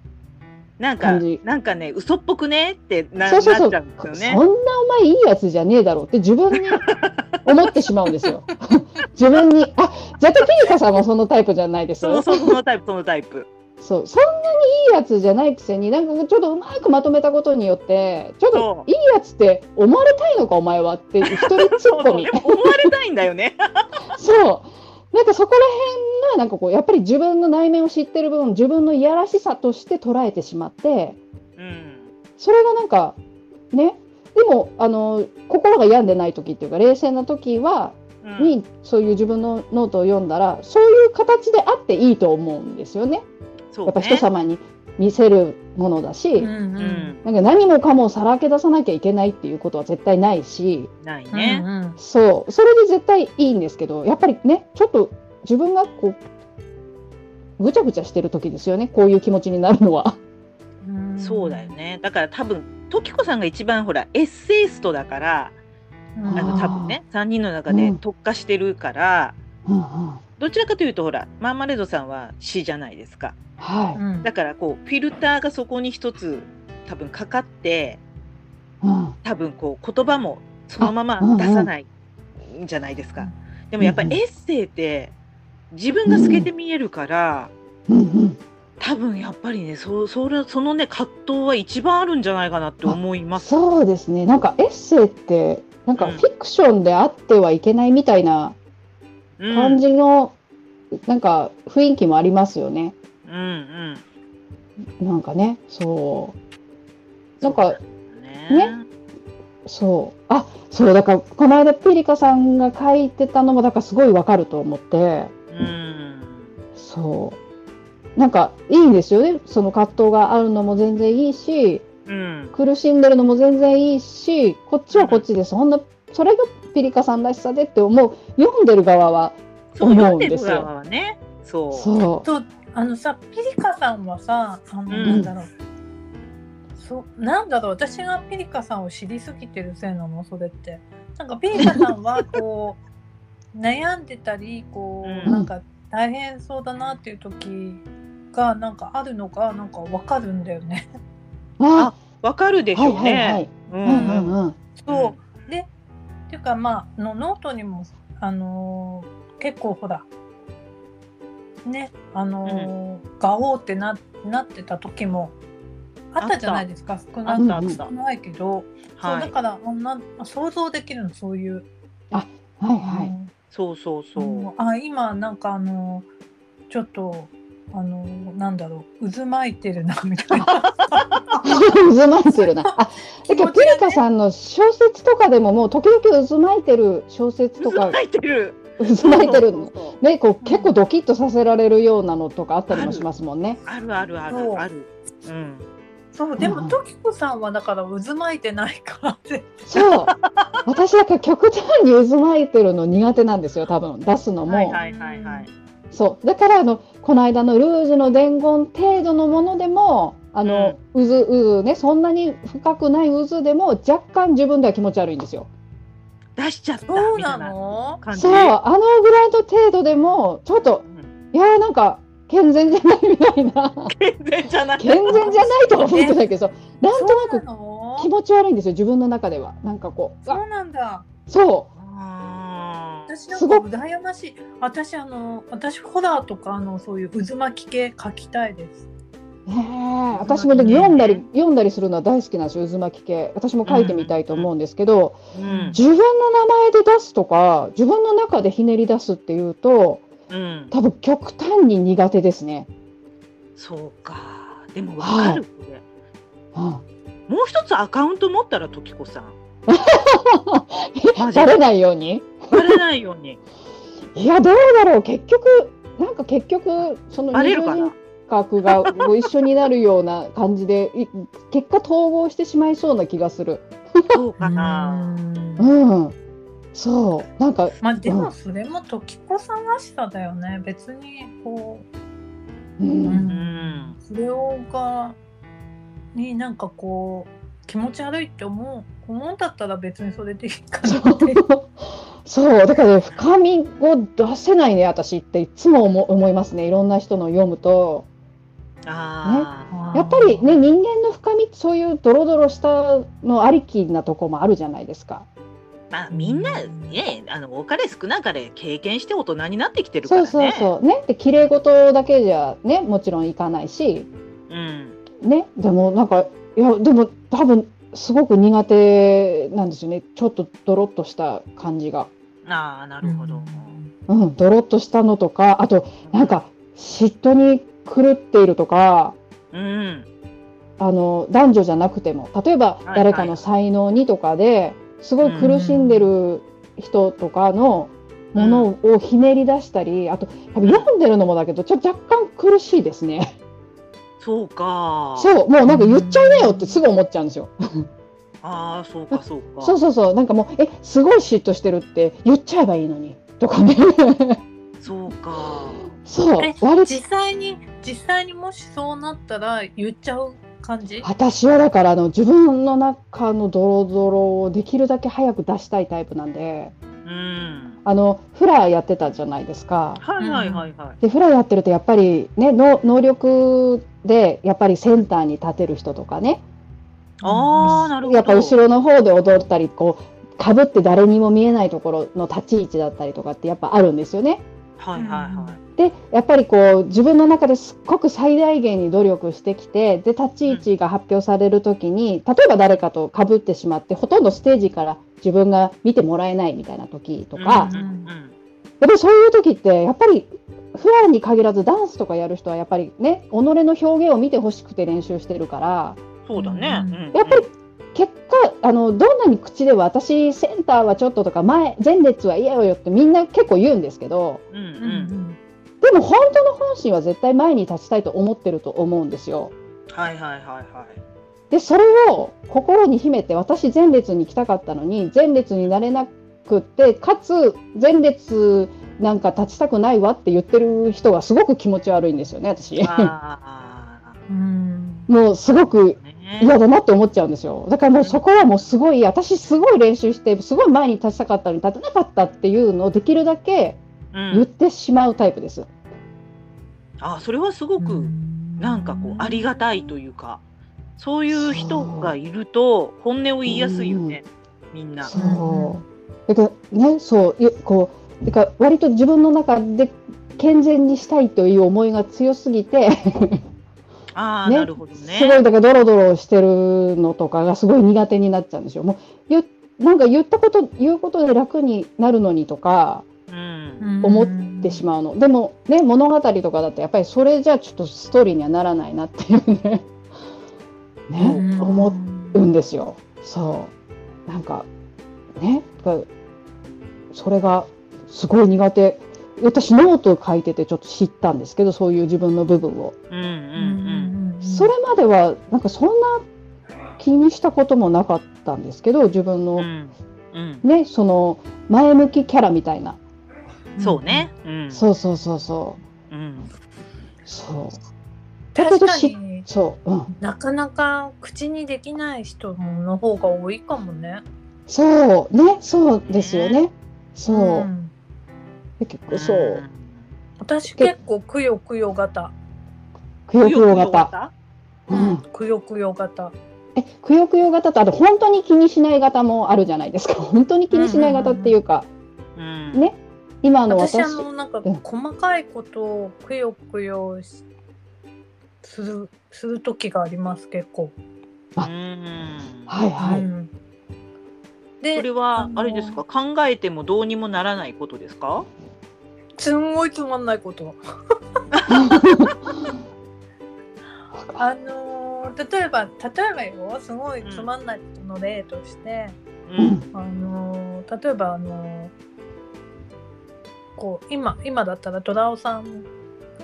Speaker 1: なんか
Speaker 3: 感じ
Speaker 1: なんかね嘘っぽくねってな
Speaker 3: そうそうそう
Speaker 1: なっちゃうんです
Speaker 3: そん
Speaker 1: よ
Speaker 3: な
Speaker 1: ね。
Speaker 3: お前いいやつじゃねえだろうって自 分に思ってしまうんですよ。 自分に、あ、ジャタキリカさんもそのタイプじゃないです
Speaker 1: そう
Speaker 3: よ。
Speaker 1: そうそのタイプ そのタイプ。
Speaker 3: そう、そんなにいいやつじゃないくせに、なんかちょっとうまくまとめたことによって、ちょっ
Speaker 1: そ
Speaker 3: と
Speaker 1: う
Speaker 3: いいやつって思われたいのかお前はって一人 ツ
Speaker 1: そう
Speaker 3: ッコミ
Speaker 1: で。も思われたいんだよね。
Speaker 3: そう。なんかそこら辺がなんかこうやっぱり自分の内面を知ってる分自分のいやらしさとして捉えてしまって
Speaker 1: うん。
Speaker 3: それがなんかねでもあの心が病んでない時っていうか冷静な時は
Speaker 1: うん
Speaker 3: にそういう自分のノートを読んだらそういう形であっていいと思うんですよね。
Speaker 1: そうね。
Speaker 3: やっぱ人様に見せるものだし、
Speaker 2: うんうん
Speaker 1: う
Speaker 2: うん
Speaker 1: ん
Speaker 3: なんか何もかもさらけ出さなきゃいけないっていうことは絶対ないし
Speaker 1: ないね。
Speaker 2: ね
Speaker 3: そうそれで絶対いいんですけどやっぱりねちょっと自分がこうぐちゃぐちゃしてる時ですよねこういう気持ちになるのは。
Speaker 2: う
Speaker 1: そうだよねだから多分時子さんが一番ほらエッセイストだから
Speaker 2: うん。
Speaker 1: あ
Speaker 3: あ
Speaker 1: の
Speaker 3: ー
Speaker 1: 多分ね3人の中で
Speaker 3: うん
Speaker 1: 特化してるから、
Speaker 3: うんうん
Speaker 1: どちらかというとほらマーマレードさんは詩じゃないですか
Speaker 3: は
Speaker 2: うん
Speaker 1: だからこうフィルターがそこに一つ多分かかって
Speaker 3: い。うん
Speaker 1: 多分こう言葉もそのまま出さないんじゃないですか、でもやっぱ
Speaker 3: うん
Speaker 1: り
Speaker 3: うん
Speaker 1: エッセイって自分が透けて見えるから、
Speaker 3: うんうん。
Speaker 1: 多分やっぱりねそそれそのね葛藤は一番あるんじゃないかなって思います。
Speaker 3: そうですね。なんかエッセイってなんか
Speaker 1: うん
Speaker 3: フィクションであってはいけないみたいな
Speaker 1: うん、
Speaker 3: 感じの、なんか雰囲気もありますよね。
Speaker 1: うんうん
Speaker 3: なんかね、そう。なんか
Speaker 1: ね
Speaker 3: そう。あ、そうだからこの間ピリカさんが書いてたのもだからすごいわかると思って、
Speaker 1: うん
Speaker 3: そう。なんかいいんですよね。その葛藤があるのも全然いいし、
Speaker 1: うん
Speaker 3: 苦しんでるのも全然いいしこっちはこっちでそんなそれがピリカさんらしさでって思う読んでる側は
Speaker 1: そう
Speaker 3: 思
Speaker 1: 読ん
Speaker 3: うん
Speaker 1: で
Speaker 3: で
Speaker 1: る
Speaker 3: すよ
Speaker 1: 側はねそう
Speaker 3: そ
Speaker 2: とあのさピリカさんはさあの、
Speaker 1: ん
Speaker 2: なんだろうそうなんだろう私がピリカさんを知りすぎてるせいなのそれってなんかピリカさんはこう悩んでたりこう、
Speaker 1: うん
Speaker 2: なんか大変そうだなっていう時がなんかあるのがなんかわかるんだよね。
Speaker 3: うあ
Speaker 1: わかるでし
Speaker 3: はい
Speaker 1: ょう
Speaker 3: はいはい
Speaker 1: ね。
Speaker 3: う
Speaker 1: うん
Speaker 3: うんんうん
Speaker 2: そうでっていうかまあのノートにもあのー結構ほらねあのーガオーってななってた時もあったじゃないですか少
Speaker 1: あ
Speaker 2: な
Speaker 1: っ
Speaker 2: く
Speaker 1: たあった
Speaker 2: 少ないけど、そう
Speaker 1: は
Speaker 2: だ
Speaker 1: い
Speaker 2: からあんな想像できるのそういう。
Speaker 3: はいはい
Speaker 1: そうそうそ
Speaker 2: うん
Speaker 1: う
Speaker 2: あ今なんかあのーちょっとあのーなんだろう渦巻いてるなみたいな
Speaker 3: 渦巻いてるなあだけど
Speaker 2: 気持ち
Speaker 3: ピ
Speaker 2: がね
Speaker 3: リカさんの小説とかでももう時々渦巻いてる小説と
Speaker 1: 渦
Speaker 3: か
Speaker 1: 巻いてる
Speaker 3: 渦巻いてる
Speaker 1: そう
Speaker 3: の
Speaker 1: そうそう
Speaker 3: ねこう結構ドキッとさせられるようなのとかあったりもしますもんね。
Speaker 1: あるあるあ
Speaker 2: そう
Speaker 1: るあるうん
Speaker 2: そうで
Speaker 3: うんう
Speaker 2: も
Speaker 3: ん
Speaker 2: 時子さんはだから渦巻いてないからって
Speaker 3: そう私なんか極端に渦巻いてるの苦手なんですよ多分出すのも。
Speaker 1: はいはいはいはい
Speaker 3: そうだからあのこの間のルージュの伝言程度のものでもあの、渦渦ねそんなに深くない渦でも若干自分では気持ち悪いんですよ。
Speaker 1: 出しちゃった
Speaker 2: そう
Speaker 1: みた
Speaker 2: ない
Speaker 1: な
Speaker 2: の
Speaker 1: 感じ
Speaker 3: そうあのぐらいの程度でもちょっと
Speaker 1: うん
Speaker 3: いやーなんか健全じゃないみたいな
Speaker 1: 健全じゃない
Speaker 3: 健全じゃないとは思ってたけどなんと
Speaker 2: そう
Speaker 3: な
Speaker 2: な
Speaker 3: く
Speaker 2: の
Speaker 3: 気持ち悪いんですよ自分の中ではなんかこうあ
Speaker 2: そうなんだ。
Speaker 3: そう
Speaker 1: あー
Speaker 2: 私なん
Speaker 3: す
Speaker 2: か
Speaker 3: ごく
Speaker 2: 羨ましい。私あの私ホラーとかあのそういう渦巻き系書きたいです。
Speaker 3: ねえ私もでも読んだり読んだりするのは大好きなんですよ渦巻き系私も書いてみたいと思うんですけど、
Speaker 1: うん
Speaker 3: 自分の名前で出すとか自分の中でひねり出すっていうと
Speaker 1: うん
Speaker 3: 多分極端に苦手ですね。
Speaker 1: そうかでもわかるこれ
Speaker 3: うん
Speaker 1: もう一つアカウント持ったら時子さんマジ
Speaker 3: バレないように
Speaker 1: バレないように
Speaker 3: いやどうだろう結局なんか結局その
Speaker 1: バレるか
Speaker 3: 二重
Speaker 1: な
Speaker 3: 人格がご一緒になるような感じでい結果統合してしまいそうな気がする。
Speaker 1: そうかな
Speaker 2: うーん
Speaker 3: うんそうなんか、
Speaker 2: まあでもそれも時子さんらしさだよね。別にこ
Speaker 3: う、
Speaker 2: う、うん
Speaker 1: ん
Speaker 2: それをがになんかこう気持ち悪いって思う思うんだったら別にそれでいいか
Speaker 3: そ
Speaker 2: な
Speaker 3: う
Speaker 2: って。
Speaker 3: そうだからね深みを出せないね私っていつも思思いますねいろんな人の読むと。
Speaker 1: あ
Speaker 3: やっぱりね人間の深みってそういうドロドロしたのありきなとこもあるじゃないですか。
Speaker 1: ーまあみんなねあの多かれ少なかれ経験して大人になってきてるか
Speaker 3: そ
Speaker 1: ら
Speaker 3: う
Speaker 1: ね
Speaker 3: そうそうねで綺麗事だけじゃねもちろんいかないし
Speaker 1: うん
Speaker 3: ねでもなんかいやでも多分すごく苦手なんですよねちょっとドロッとした感じが。
Speaker 1: ああなるほど、
Speaker 3: うんドロッとしたのとかあとなんか嫉妬に狂っているとか。
Speaker 1: うん
Speaker 3: あの男女じゃなくても例えば
Speaker 1: いはい
Speaker 3: 誰かの才能にとかですごい苦しんでる人とかのものをひねり出したりあと多分読んでるのもだけどちょっと若干苦しいですね。
Speaker 1: そうか
Speaker 3: そうもうなんか言っちゃいなよってすぐ思っちゃうんですよ。
Speaker 1: ああそうかそうか
Speaker 3: そうそうそうなんかもうえすごい嫉妬してるって言っちゃえばいいのにと かね。
Speaker 1: そうか
Speaker 3: そう
Speaker 2: え
Speaker 3: 割と
Speaker 2: 実際に実際にもしそうなったら言っちゃう感じ
Speaker 3: 私はだからあの自分の中のドロドロをできるだけ早く出したいタイプなんで
Speaker 1: うん。
Speaker 3: あのフラやってたじゃないですか。
Speaker 1: はいはいはいはい。
Speaker 3: でフラやってるとやっぱりねの能力でやっぱりセンターに立てる人とかね
Speaker 1: ああ、なるほど。
Speaker 3: やっぱ後ろの方で踊ったりこうかぶって誰にも見えないところの立ち位置だったりとかってやっぱあるんですよね。
Speaker 1: はいはいは
Speaker 3: でやっぱりこう自分の中ですっごく最大限に努力してきてで立ち位置が発表される時に例えば誰かとかぶってしまってほとんどステージから自分が見てもらえないみたいな時と
Speaker 1: い。
Speaker 3: か、
Speaker 1: うんうんうん
Speaker 3: やっぱりそういう時ってやっぱり普段に限らずダンスとかやる人はやっぱりね己の表現を見てほしくて練習してるから
Speaker 1: そうだね。
Speaker 2: うん
Speaker 1: うんうん
Speaker 3: やっぱり結果あのどんなに口では私センターはちょっととか前前列は嫌よよってみんな結構言うんですけど
Speaker 1: うん
Speaker 2: う
Speaker 1: うん。
Speaker 2: ん
Speaker 3: でも本当の本心は絶対前に立ちたいと思ってると思うんですよ。
Speaker 1: はいはいはいはい。
Speaker 3: でそれを心に秘めて私前列に来たかったのに前列になれなくってかつ前列なんか立ちたくないわって言ってる人がすごく気持ち悪いんですよね私
Speaker 1: あ
Speaker 2: うん
Speaker 3: もうすごく
Speaker 1: あ。ね。
Speaker 3: 嫌だなって思っちゃうんですよだからもうそこはもうすごい私すごい練習してすごい前に立ちたかったのに立てなかったっていうのをできるだけ
Speaker 1: う
Speaker 3: 言
Speaker 1: ん。
Speaker 3: ってしまうタイプです、
Speaker 1: ああ、それはすごく、なんかこう、ありがたいというか。そういう人がいると、本音を言いやすいよね。みんな。
Speaker 3: そうだからねそうよこうだから割と自分の中で健全にしたいという思いが強すぎて、
Speaker 1: ああ、
Speaker 3: ね
Speaker 1: なるほどね。
Speaker 3: すごいだからドロドロしてるのとかがすごい苦手になっちゃうんですよ。もうゆなんか言ったこと言うことで楽になるのにとか
Speaker 1: うん。
Speaker 3: 思
Speaker 2: っ
Speaker 3: ってしまうのでもね物語とかだとやっぱりそれじゃちょっとストーリーにはならないなっていうねね、思うんですよ。そうなんかねだからそれがすごい苦手私ノート書いててちょっと知ったんですけどそういう自分の部分を、
Speaker 1: うんうん
Speaker 2: う
Speaker 1: うん。
Speaker 2: んうん
Speaker 3: それまではなんかそんな気にしたこともなかったんですけど自分の、
Speaker 1: うん。うん。
Speaker 3: ねその前向きキャラみたいな、
Speaker 1: そうね。うん。
Speaker 3: そうそうそうそう
Speaker 1: うん。
Speaker 3: そう
Speaker 2: 確か
Speaker 3: だけどし
Speaker 2: に
Speaker 3: そううん
Speaker 2: なかなか口にできない人の方が多いかもね。
Speaker 3: そうねそうですよね、そううんで結構そう。
Speaker 2: 私結構くよくよ型。
Speaker 3: くよくよ型、。うん、
Speaker 2: くよくよ型。
Speaker 3: えくよくよ型とあと本当に気にしない型もあるじゃないですか 本当に気にしない型っていうか、
Speaker 1: うん。
Speaker 3: ね今の私
Speaker 2: 私あのなんか
Speaker 3: うん
Speaker 2: 細かいことをくよくよしするする時があります結構。
Speaker 1: う
Speaker 3: あ
Speaker 1: ん。
Speaker 3: はいはい、
Speaker 2: うん
Speaker 1: そ
Speaker 2: で
Speaker 1: れ
Speaker 2: あ
Speaker 1: は
Speaker 2: のー
Speaker 1: あれですか、考えてもどうにもならないことですか？
Speaker 2: すんごいつまんないこと。あのー例えば例えばよすごいつまんないことの例として、
Speaker 1: う
Speaker 3: うん
Speaker 1: ん。
Speaker 2: あのー例えばあのーこう今今だったらトラオさん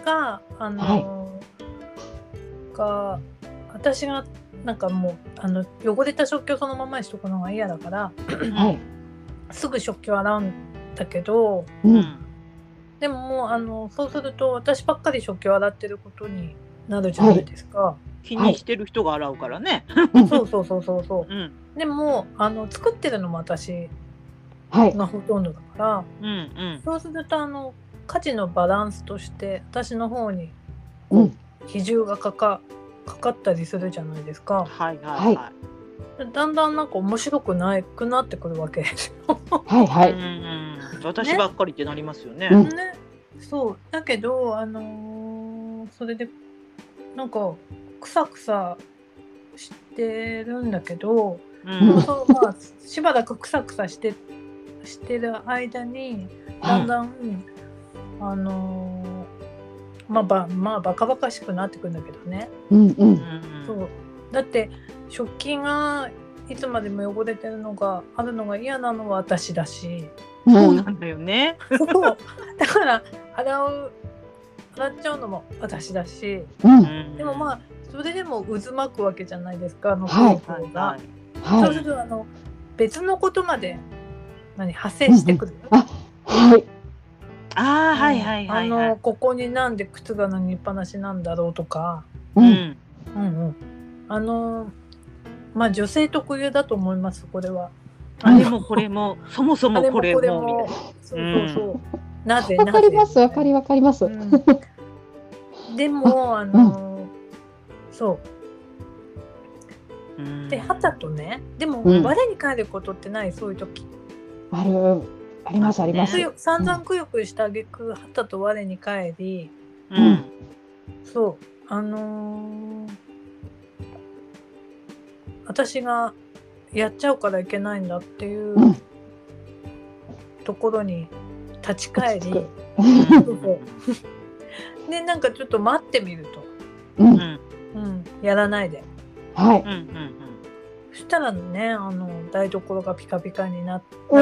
Speaker 2: があのーが私がなんかもうあの汚れた食器をそのままにしとくのが嫌だから
Speaker 3: はい、
Speaker 2: すぐ食器を洗うんだけど
Speaker 3: う
Speaker 1: うんん。
Speaker 2: でももうあのそうすると私ばっかり食器を洗ってることになるじゃないですか、
Speaker 1: 気にしてる人が洗うからね。
Speaker 2: そうそうそうそうそ
Speaker 1: うん。
Speaker 2: うでもあの作ってるのも私
Speaker 3: はい、
Speaker 2: がほとんどだから
Speaker 1: うんうん。
Speaker 2: そうするとあの家事のバランスとして私の方に
Speaker 3: うん、
Speaker 2: 比重がかかかかったりするじゃないですか
Speaker 1: はいはいは。
Speaker 2: だんだんなんか面白くないくなってくるわけですよ。
Speaker 3: はいはいい
Speaker 1: うんうん。私ばっかりってなりますよね。
Speaker 3: うん
Speaker 2: ね、そうだけど、あのーそれでなんかくさくさしてるんだけど、
Speaker 1: う
Speaker 3: うん
Speaker 1: ん。
Speaker 2: そうまあ、しばらくくさくさしてしてる間にだんだん、あのーまあばまあバカバカしくなってくるんだけどね。
Speaker 3: うんう
Speaker 1: うんん
Speaker 2: そうだって食器がいつまでも汚れてるのがあるのが嫌なのは私だし
Speaker 1: そううんなんだよね。
Speaker 2: そうだから洗う洗っちゃうのも私だし
Speaker 3: うん
Speaker 1: うん
Speaker 2: でもまあそれでも渦巻くわけじゃないですかあの
Speaker 3: はい
Speaker 2: 方
Speaker 1: はい
Speaker 2: が、
Speaker 1: はい。
Speaker 2: そうす
Speaker 3: は
Speaker 2: る
Speaker 3: い
Speaker 2: とあの別のことまで何発生してくる、
Speaker 3: はい
Speaker 1: ああはいはいはいは
Speaker 2: あ
Speaker 1: い
Speaker 2: の。ここになんで靴が脱ぎっぱなしなんだろうとか、
Speaker 3: う
Speaker 1: うんん。
Speaker 2: うんうん、あのまあ女性特有だと思いますこれは。
Speaker 1: あれもこれも、そもそ
Speaker 2: あ
Speaker 1: も
Speaker 2: れ
Speaker 1: こ
Speaker 2: も
Speaker 1: れ
Speaker 2: これ
Speaker 1: もみたい
Speaker 2: も
Speaker 1: な。
Speaker 2: そううんそうそう、なぜ
Speaker 3: わ
Speaker 2: なぜ
Speaker 3: かります、わかりわかります。
Speaker 2: うんでもあの、そう
Speaker 1: うん
Speaker 2: ではたとねでも、
Speaker 3: うん
Speaker 2: 我に返ることってないそういう時
Speaker 3: ある、あります、ありま
Speaker 1: う
Speaker 3: す
Speaker 1: ん。
Speaker 2: 強散々くよくよした挙句はたと我に返り
Speaker 1: うん
Speaker 2: そうあのー私がやっちゃうからいけないんだっていううんところに立ち返り、
Speaker 3: 落ち着
Speaker 2: そうそうでなんかちょっと待ってみると、
Speaker 1: う
Speaker 3: う
Speaker 1: ん
Speaker 3: ん、
Speaker 1: うん
Speaker 2: うん、やらないで
Speaker 3: はい。
Speaker 1: うんうん
Speaker 2: そしたらねあの台所がピカピカになって
Speaker 3: お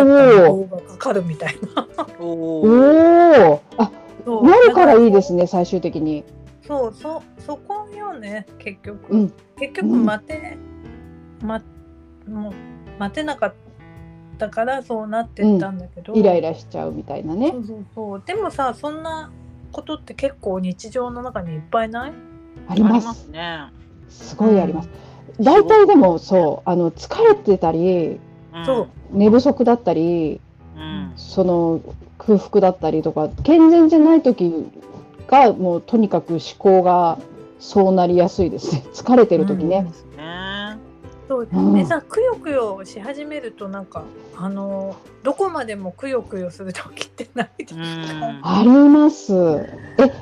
Speaker 3: お、
Speaker 2: 棒がかかるみたいな
Speaker 1: うん
Speaker 3: お
Speaker 1: おお
Speaker 3: お。あ、
Speaker 2: そう
Speaker 3: なるからいいですね、最終的に。
Speaker 2: そうそうそこよね結局、
Speaker 3: うん
Speaker 2: 結局
Speaker 3: うん
Speaker 2: 待て、まもう待てなかったからそうなってったんだけど、
Speaker 3: イライラしちゃうみたいなね
Speaker 2: そ。うそうそうでもさそんなことって結構日常の中にいっぱいない
Speaker 3: あ
Speaker 1: あり
Speaker 3: りま
Speaker 1: ます
Speaker 3: す。
Speaker 1: ね。
Speaker 3: すごいあります。大体でも、そう、あの疲れてたり、
Speaker 1: ん
Speaker 2: そう。
Speaker 3: 寝不足だったり、
Speaker 1: うん
Speaker 3: その空腹だったりとか、健全じゃない時が、もうとにかく思考が。そうなりやすいですね。 疲れてる時ね。
Speaker 1: ですね。
Speaker 2: そう
Speaker 3: うん
Speaker 2: でさくよくよし始めるとなんかあのどこまでもくよくよする時ってないです
Speaker 1: う
Speaker 2: か、
Speaker 1: ん。
Speaker 3: あります。え、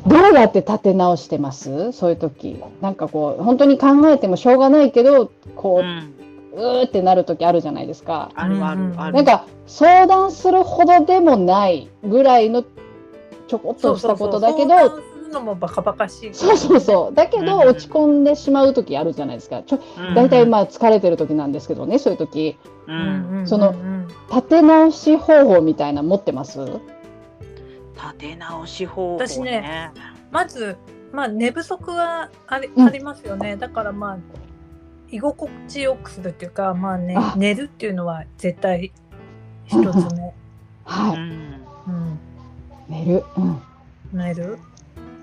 Speaker 3: どうやって立て直してますそういう時。なんかこう、本当に考えてもしょうがないけど、
Speaker 1: う
Speaker 3: こう、
Speaker 1: ん
Speaker 3: うーってなる時あるじゃないですか。
Speaker 1: あるあるあ
Speaker 3: なん
Speaker 1: る。
Speaker 3: か、相談するほどでもないぐらいのちょこっとしたことだけ
Speaker 2: 相
Speaker 3: ど、
Speaker 2: 談するのもバカバカしい
Speaker 3: そうそうそう。だけど、
Speaker 1: うん
Speaker 3: 落ち込んでしまう時あるじゃないですか。ちょ、
Speaker 1: うん
Speaker 3: だいたいまあ疲れてる時なんですけどね、そういう時。
Speaker 1: う。
Speaker 2: うんんうん
Speaker 3: その
Speaker 2: うん
Speaker 3: 立て直し方法みたいなの持ってます
Speaker 1: 立て直し方法。
Speaker 2: 私ね。まず、まあ、寝不足はあり,、
Speaker 3: うん
Speaker 2: ありますよねだからまあ居心地よくするっていうか、まあね
Speaker 3: あ、
Speaker 2: 寝るっていうのは絶対一つね、
Speaker 1: う
Speaker 3: は
Speaker 1: ん。
Speaker 2: うん、
Speaker 3: い。寝る。うん。
Speaker 2: 寝る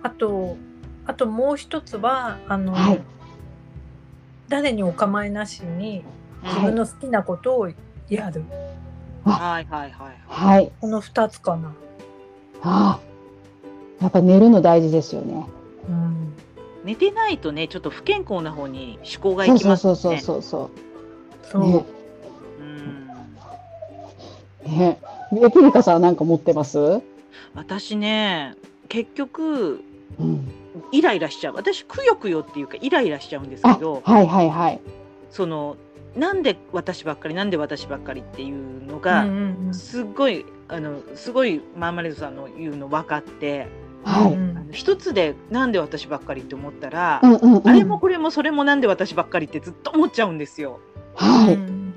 Speaker 2: あとあともう一つはあの、
Speaker 3: はい
Speaker 2: 誰にお構いなしに自
Speaker 3: はい
Speaker 2: 分の好きなことをやる、
Speaker 1: はいはいはい。
Speaker 3: はい。
Speaker 2: この二つかな、
Speaker 3: ああ。やっぱ寝るの大事ですよね。
Speaker 2: うん、
Speaker 1: 寝てないとね、ちょっと不健康な方に思考が
Speaker 3: そ
Speaker 1: いうき
Speaker 3: そう
Speaker 1: ます
Speaker 3: そ
Speaker 1: ね。
Speaker 3: うそうそうそ。
Speaker 2: そうう
Speaker 3: ね。
Speaker 1: うん。
Speaker 3: ね。え、ピリカさんなんか持ってますう
Speaker 1: 私ね、結局
Speaker 3: ん。
Speaker 1: イライラしちゃう。私くよくよっていうかイライラしちゃうんですけ
Speaker 3: あ、
Speaker 1: ど、
Speaker 3: はいはいはい。
Speaker 1: そのなんで私ばっかりなんで私ばっかりっていうの
Speaker 2: うんう
Speaker 1: が、
Speaker 2: ん
Speaker 1: すっごいあのすごいマーマレードさんの言うの分かって、
Speaker 2: うん
Speaker 3: はい。
Speaker 1: あの一つでなんで私ばっかりって思ったら、
Speaker 3: うんうんうん。
Speaker 1: あれもこれもそれもなんで私ばっかりってずっと思っちゃうんですよ。
Speaker 3: は
Speaker 2: う
Speaker 3: い。
Speaker 2: ん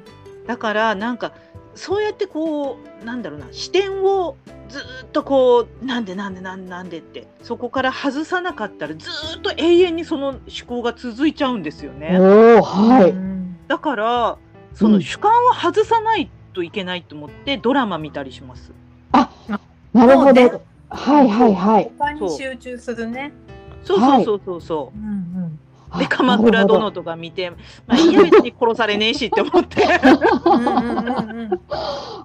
Speaker 1: だからなんかそうやってこうなんだろうな視点をずーっとこうなんでなんでなんでなんでってそこから外さなかったらずーっと永遠にその思考が続いちゃうんですよね。
Speaker 3: おお、は
Speaker 2: う
Speaker 3: い。
Speaker 2: ん
Speaker 1: だからその
Speaker 3: うん
Speaker 1: 主観を外さないといけないと思ってドラマ見たりします。
Speaker 3: なるほ
Speaker 2: そうね
Speaker 3: ど。はいはいはい。
Speaker 2: 他に集中するね。
Speaker 1: そうそうそうそうそう。
Speaker 2: うんうん
Speaker 1: で
Speaker 3: あ
Speaker 1: 鎌倉。
Speaker 3: な
Speaker 1: 殿
Speaker 3: る
Speaker 1: とか見て、まあ、いや別に殺されねえしって思って
Speaker 2: うんうんうんうん
Speaker 3: ほど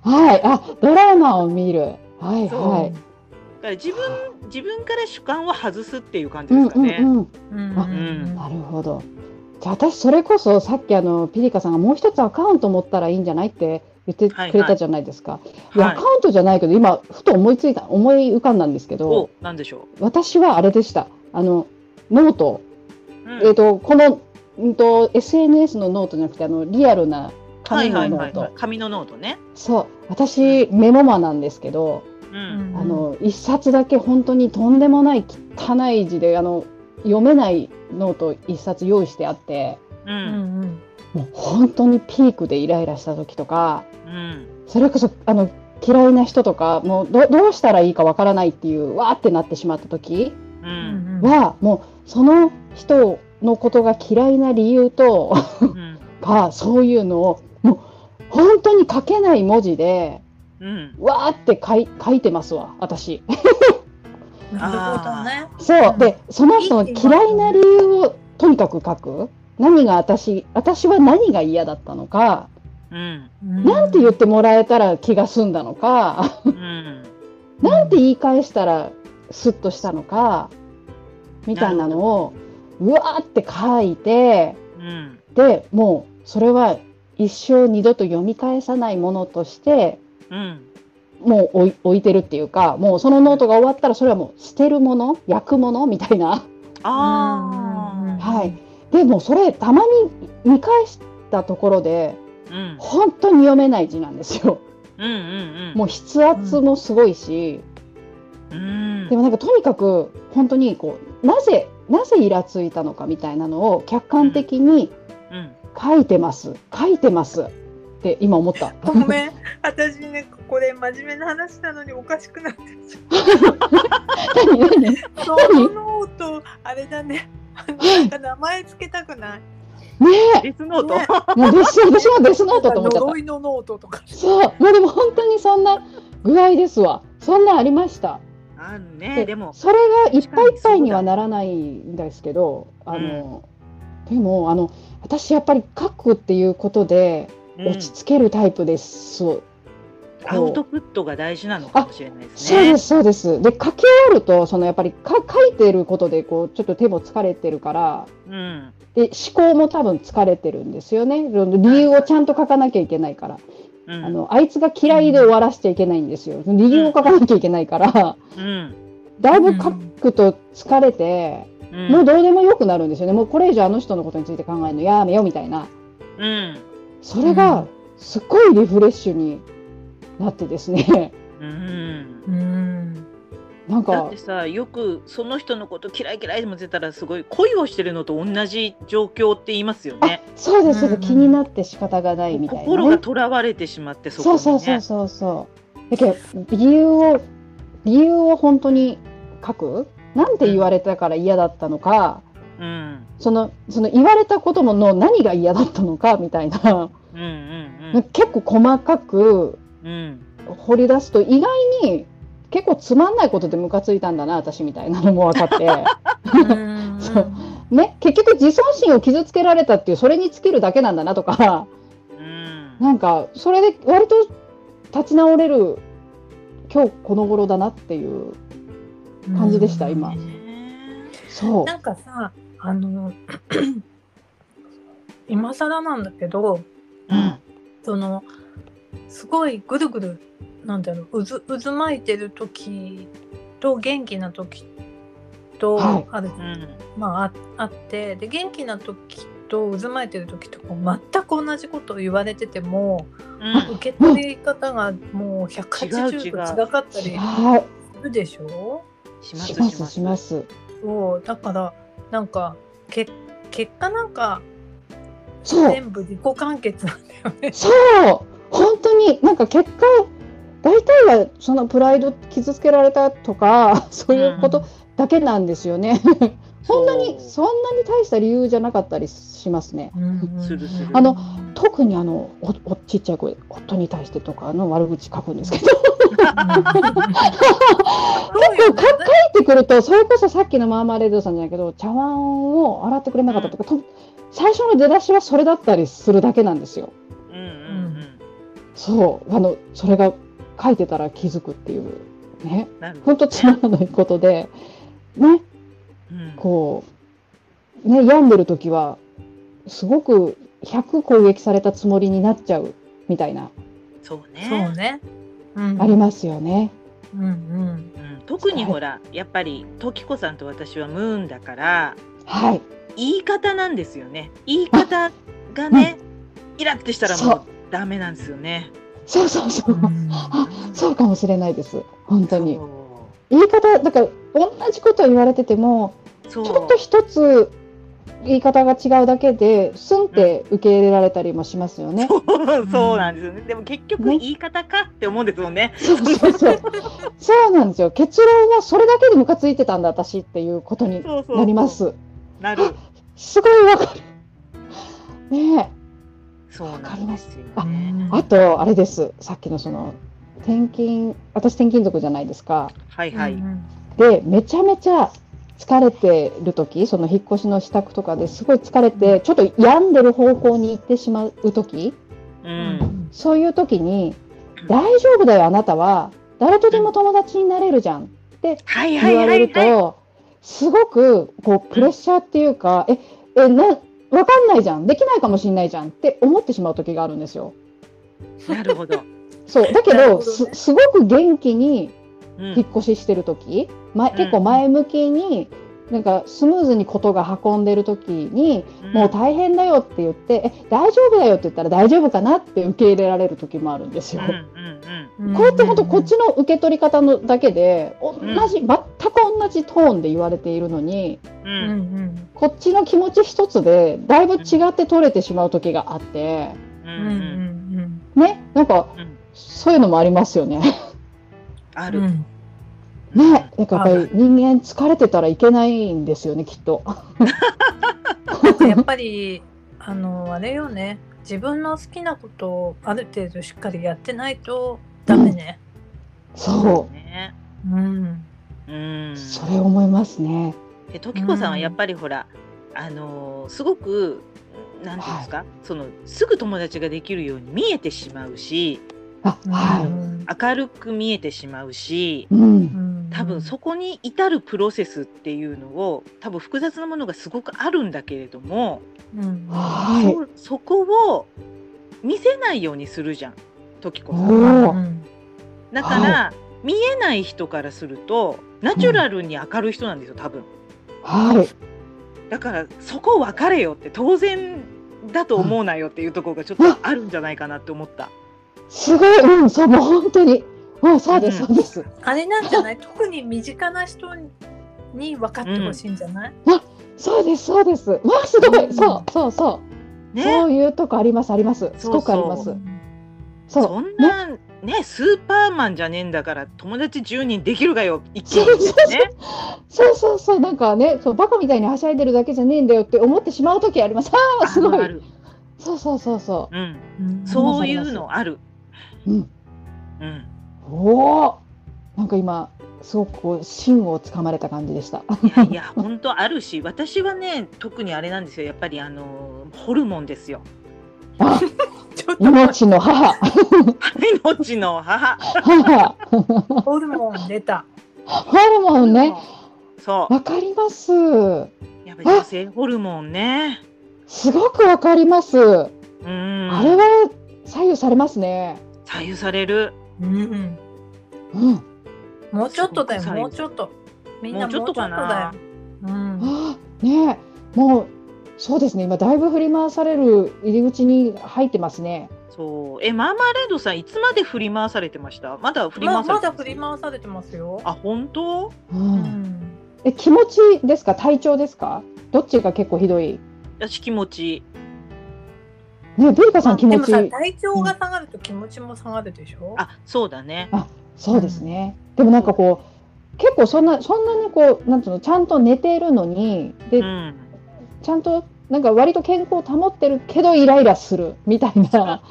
Speaker 3: はい。あ、ドラマを見る。はい
Speaker 1: そう
Speaker 3: はい。
Speaker 1: だから自分自分から主観を外すっていう感じ
Speaker 3: う
Speaker 1: で
Speaker 3: ん
Speaker 1: すかね。
Speaker 3: うんうん。
Speaker 2: うん
Speaker 3: あ
Speaker 1: うん
Speaker 3: なるほど。じゃあ私それこそさっきあのピリカさんがもう一つアカウント持ったらいいんじゃないって言って
Speaker 1: はいはい
Speaker 3: くれたじゃないですか。いや
Speaker 1: は
Speaker 3: ア
Speaker 1: い
Speaker 3: カ、ウントじゃないけど今ふと思いついた思い浮かんだんですけど
Speaker 1: おなんでしょ
Speaker 3: 私はあれでしたあのノート、
Speaker 1: う、う
Speaker 3: えっ、
Speaker 1: ん、
Speaker 3: とこの、うん、と SNS のノートじゃなくてあのリアルな
Speaker 1: はい
Speaker 3: 紙
Speaker 1: は
Speaker 3: の
Speaker 1: い
Speaker 3: ノ
Speaker 1: は
Speaker 3: ー
Speaker 1: い
Speaker 3: ト、
Speaker 1: はい紙のノートね。
Speaker 3: そう私メモマなんですけど、
Speaker 1: うん
Speaker 3: あの一冊だけ本当にとんでもない汚い字であの読めないノート一冊用意してあって
Speaker 1: う
Speaker 2: うんんうん
Speaker 3: もう本当にピークでイライラした時とか
Speaker 1: うん
Speaker 3: それこそあの嫌いな人とかもうどどうしたらいいかわからないっていうわーってなってしまった時
Speaker 1: う
Speaker 2: うんんうん
Speaker 3: はもうその人のことが嫌いな理由と
Speaker 1: うん
Speaker 3: かそういうのをもう本当に書けない文字で
Speaker 1: うん
Speaker 3: わーって書い書いてますわ私。
Speaker 2: なるほどね。
Speaker 3: そうでその人の
Speaker 2: いいって言います
Speaker 3: 嫌いな理由をとにかく書く何が私、私は何が嫌だったのか、
Speaker 1: うん
Speaker 3: なんて言ってもらえたら気が済んだのか、
Speaker 1: うん
Speaker 3: なんて言い返したらスッとしたのか、みたいなのを、うわーって書いて、
Speaker 1: うん
Speaker 3: で、もうそれは一生二度と読み返さないものとして、
Speaker 1: うん
Speaker 3: もう置い置いてるっていうか、もうそのノートが終わったらそれはもう捨てるもの、焼くものみたいな。
Speaker 1: ああ
Speaker 3: はい。でもそれたまに見返したところで、
Speaker 1: うん
Speaker 3: 本当に読めない字なんですよ。
Speaker 1: うんうんうん
Speaker 3: もう筆圧もすごいし、
Speaker 1: うん
Speaker 3: でもなんかとにかく本当にこうなぜなぜイラついたのかみたいなのを客観的に
Speaker 1: うん
Speaker 3: 書いてます、書いてますって今思った。
Speaker 2: ご めん、私ね、これ真面目な話なのにおかしくなってる じ
Speaker 3: 何何
Speaker 2: ゃん。そのノート、あれだね。あのなんか名前つけたくない。
Speaker 3: ね
Speaker 1: デスノート
Speaker 2: ね
Speaker 3: え、もうデス私もデスノートと 思っちゃった
Speaker 2: 呪。いのノートとか。
Speaker 3: そう、もうでも本当にそんな具合ですわ。そんなんありました。
Speaker 1: あるねでも
Speaker 3: それがいっぱいいっぱいにはならないんですけど、あの、でもあの私やっぱり書くっていうことで
Speaker 1: うん
Speaker 3: 落ち着けるタイプです。そう
Speaker 1: アウトプットが大事なのかもしれないです
Speaker 3: そうで
Speaker 1: ね
Speaker 3: すそうです。で書き終わるとそのやっぱりか書いてることでこうちょっと手も疲れてるから。
Speaker 1: うん
Speaker 3: で思考も多分疲れてるんですよね。理由をちゃんと書かなきゃいけないから、
Speaker 1: うん
Speaker 3: あのあいつが嫌いで終わらせちゃいけないんですよ。理由を書かなきゃいけないから、
Speaker 1: うん
Speaker 3: だいぶ書くと疲れて、
Speaker 1: うん
Speaker 3: もうどうでもよくなるんですよね。もうこれ以上あの人のことについて考えるのやめよみたいな。
Speaker 1: うん
Speaker 3: それ
Speaker 2: う
Speaker 3: が
Speaker 2: ん
Speaker 3: すっごいリフレッシュになってですね。
Speaker 1: うん
Speaker 2: うん。
Speaker 3: なん
Speaker 1: だ
Speaker 3: か
Speaker 1: ってさよくその人のこと嫌い嫌いでも出たらすごい恋をしてるのと同じ状況って言いますよね。
Speaker 3: そうですそうで
Speaker 2: うん
Speaker 3: す気になって仕方がないみたいな、ね。
Speaker 1: 心がとらわれてしまってそこ
Speaker 3: そうそう
Speaker 1: に
Speaker 3: そ
Speaker 1: ね
Speaker 3: う。そうそう。だけど理由を理由を本当に書く。なんて言われたから嫌だったのか、
Speaker 1: うん
Speaker 3: そのその言われたこともの何が嫌だったのかみたいな、
Speaker 1: うんうんうん
Speaker 3: 結構細かく
Speaker 1: うん
Speaker 3: 掘り出すと意外に結構つまんないことでムカついたんだな私みたいなのも分かって そうね結局自尊心を傷つけられたっていうそれに尽きるだけなんだなとか
Speaker 1: うん
Speaker 3: なんかそれで割と立ち直れる今日この頃だなっていう感じでした今
Speaker 1: ね
Speaker 3: そう
Speaker 2: なんかさ、あの、 今更なんだけど、
Speaker 1: うん
Speaker 2: そのすごいぐるぐるなんだろう渦渦巻いてる時と元気な時と
Speaker 3: はい
Speaker 2: ある、
Speaker 1: うん
Speaker 2: まあああってで元気な時と渦巻いてる時とこう全く同じことを言われてても
Speaker 1: うん
Speaker 2: 受け取り方がもう
Speaker 1: 違
Speaker 2: 180
Speaker 1: う違
Speaker 2: 度
Speaker 1: う
Speaker 2: 違かったり
Speaker 3: 違
Speaker 2: す
Speaker 3: う
Speaker 2: るでしょ
Speaker 1: しま
Speaker 3: し
Speaker 1: す
Speaker 3: ま
Speaker 1: し
Speaker 3: す
Speaker 1: ま
Speaker 3: し
Speaker 1: す。
Speaker 3: ます
Speaker 2: そうだからなんかけ結果なんか
Speaker 3: そう
Speaker 2: 全部自己完結なんだよね。
Speaker 3: そう本当になんか結果大体はそのプライド傷つけられたとかそういうことだけなんですよね。そんなにそ
Speaker 1: そ
Speaker 3: んなに大した理由じゃなかったりしますね。
Speaker 2: うん
Speaker 1: するする
Speaker 3: あの特にあのおおちっちゃい声夫に対してとかの悪口書くんですけど 書
Speaker 2: 結
Speaker 3: 構かいてくるとそれこそさっきのマーマレードさんじゃないけど茶碗を洗ってくれなかったとか、と最初の出だしはそれだったりするだけなんですよ。
Speaker 1: うんうん
Speaker 3: そうあのそれが書いてたら気づくっていうね
Speaker 1: うんなるほ
Speaker 3: 本
Speaker 1: ど
Speaker 3: 当
Speaker 1: ね
Speaker 3: つまらないことでね
Speaker 1: うん
Speaker 3: こうね病んでる時はすごく100攻撃されたつもりになっちゃうみたいな
Speaker 1: そう
Speaker 2: そう
Speaker 1: ね。
Speaker 2: ね。うん
Speaker 3: ありますよね。
Speaker 2: うんうん。
Speaker 1: うん特にほらやっぱり時子さんと私はムーンだから。
Speaker 3: はい
Speaker 1: 言い方なんですよね言い方がね、イラってしたら
Speaker 3: そ
Speaker 1: もう
Speaker 3: う
Speaker 1: ダメなんですよね
Speaker 3: そうそうそうう。あそうかもしれないです。本当に。
Speaker 1: そ
Speaker 3: 言い方、だから同じこと言われてても、
Speaker 1: う
Speaker 3: ち
Speaker 1: そう
Speaker 3: ょっと一つ言い方が違うだけで、すんって受け入れられたりもしますよ ね。
Speaker 1: そうそうなんですよねでも結局
Speaker 3: ね
Speaker 1: 言い方かって思うんですもんね
Speaker 3: そうそうそう。そうなんですよ。結論はそれだけでムカついてたんだ、私っていうことに
Speaker 1: そうそう
Speaker 3: なります。
Speaker 1: なる
Speaker 3: すごいわかる。ねえ。
Speaker 1: そうなんですよね
Speaker 2: ん
Speaker 3: あと、あれです。さっきのその、転勤、私転勤族じゃないですか。
Speaker 1: はいはい、
Speaker 2: うん
Speaker 3: で、めちゃめちゃ疲れてる時その引っ越しの支度とかですごい疲れてちょっと病んでる方向に行ってしまう時
Speaker 1: うん。
Speaker 3: そういう時に「大丈夫だよあなたは誰とでも友達になれるじゃん」って
Speaker 1: はいは
Speaker 3: 言
Speaker 1: い
Speaker 3: わ
Speaker 1: は
Speaker 3: れる
Speaker 1: い、はい。
Speaker 3: とすごくこうプレッシャーっていうか「ええなわかんないじゃんできないかもしんないじゃん」って思ってしまう時があるんですよ。
Speaker 1: なるほど。
Speaker 3: そうだけ
Speaker 2: なるほど
Speaker 3: ど
Speaker 2: ね
Speaker 3: すすごく元気に
Speaker 1: う
Speaker 3: 引っ
Speaker 1: ん。
Speaker 3: 越ししてる時、ま、
Speaker 1: ん
Speaker 3: 結構前向きに、なんかスムーズにことが運んでる時に、もう大変だよって言ってえ大丈夫だよって言ったら大丈夫かなって受け入れられる時もあるんです
Speaker 1: うん
Speaker 3: よ。
Speaker 1: うんうん。
Speaker 3: これって本当こっちの受け取り方のだけで同じ、
Speaker 1: ん
Speaker 3: 全く同じトーンで言われているのに
Speaker 1: う
Speaker 2: うんん
Speaker 3: こっちの気持ち一つでだいぶ違って取れてしまう時があって
Speaker 1: う
Speaker 2: うんうんうん
Speaker 1: ん
Speaker 3: ねなんか
Speaker 1: うんうん。
Speaker 3: そういうのもありますよね。
Speaker 1: あ
Speaker 2: うんう
Speaker 1: る。
Speaker 2: ん
Speaker 3: ね、なんかやっぱ
Speaker 2: あ
Speaker 3: り人間疲れてたらいけないんですよね、きっと。
Speaker 2: やっぱりあのあれよね自分の好きなことをある程度しっかりやってないとダメね。
Speaker 3: そ
Speaker 1: ね。
Speaker 2: うん。
Speaker 1: うん
Speaker 3: う、。それ思いますね。
Speaker 1: で時子さんはやっぱりほら、あのーすごくなんていうんですか、そのすぐ友達ができるように見えてしまうし
Speaker 3: あ、は
Speaker 2: は
Speaker 1: 明るく見えてしまうし
Speaker 3: い。うん。
Speaker 1: 多分そこに至るプロセスっていうのを多分複雑なものがすごくあるんだけれども、
Speaker 2: うん。
Speaker 3: は
Speaker 1: そそこを見せないようにするじゃん時子さん。
Speaker 3: おー
Speaker 1: だから、見えない人からするとナチュラルに明るい人なんですよ多分。
Speaker 3: い。はい。
Speaker 1: だからそこ分かれよって当然だと思うなよっていうところがちょっとあるんじゃないかなって思った。
Speaker 3: すごい、うん、そう、もう本当に。うん、そうです、
Speaker 1: うん
Speaker 3: そうです。
Speaker 2: あれなんじゃない特に身近な人に分かってほしいんじゃない、
Speaker 3: そうです、そうです。わあ、すご
Speaker 2: う
Speaker 3: い。
Speaker 2: ん
Speaker 3: そう、そう、そう。
Speaker 1: ね、
Speaker 3: そういうとこあります、あります。すごくあります
Speaker 1: そ。
Speaker 3: そ
Speaker 1: そん
Speaker 3: う。ね。
Speaker 1: な、ねスーパーマンじゃねえんだから友達10人できるがよ一気
Speaker 3: そうそう
Speaker 1: に
Speaker 3: そう
Speaker 1: ね。
Speaker 3: そうそうそう、なんかね、そう、バカみたいにはしゃいでるだけじゃねえんだよって思ってしまう時あります。ああ、すご
Speaker 1: あるあ
Speaker 3: い。
Speaker 1: る
Speaker 3: そうそうそうそ
Speaker 1: うん、
Speaker 2: うん
Speaker 1: そういうのある。
Speaker 3: う。うん。
Speaker 1: うん、
Speaker 3: おお。なんか今、すごくこう、芯をつかまれた感じでした。
Speaker 1: いやいや本当あるし私はね特にあれなんですよやっぱりあのホルモンですよ。
Speaker 3: あ、
Speaker 2: ちょっと
Speaker 3: 命の母。
Speaker 1: 命の母。
Speaker 3: 母。
Speaker 2: ホルモン出た。
Speaker 3: ホルモンね。
Speaker 1: そう
Speaker 3: わかります。
Speaker 1: やっぱり女性ホルモンね。
Speaker 3: すごくわかります。
Speaker 1: うん、
Speaker 3: あれは左右されますね。
Speaker 1: 左右される。
Speaker 2: うん。
Speaker 3: うん。は
Speaker 2: もうちょっとだよ
Speaker 1: すごく最後
Speaker 2: もうちょっと。みんな
Speaker 1: もうち
Speaker 2: もうち
Speaker 1: ょ
Speaker 2: ょ
Speaker 1: っと
Speaker 2: っと
Speaker 1: か
Speaker 2: だ
Speaker 1: な
Speaker 2: よ。うん。
Speaker 3: あ、ねえ、もう。そうですね。今だいぶ振り回される入り口に入ってますね。
Speaker 1: そう。え、マーマレードさん、いつまで振り回されてましたまだ振り回
Speaker 2: ま
Speaker 1: され
Speaker 2: ま
Speaker 1: て
Speaker 2: だ
Speaker 1: ます
Speaker 2: 振り回されてますよ。
Speaker 1: あ、本当
Speaker 3: う。
Speaker 2: うんん。
Speaker 3: え、気持ちですか、体調ですか。どっちが結構ひどい。
Speaker 1: 私気持ちいい。
Speaker 3: ねえ、ブリカさ
Speaker 2: まあ
Speaker 3: ん気
Speaker 2: で
Speaker 3: 持
Speaker 2: も
Speaker 3: ち
Speaker 2: さ
Speaker 3: いい。
Speaker 2: 体調が下がると気持ちも下がるでしょ。。
Speaker 1: あ、そうだね。
Speaker 3: そうですね。でもなんかこう。結構そんな、そんなにこう、なんつうの、ちゃんと寝てるのに。で
Speaker 1: う、ん。
Speaker 3: ちゃんとなんか割と健康を保ってるけどイライラするみたいな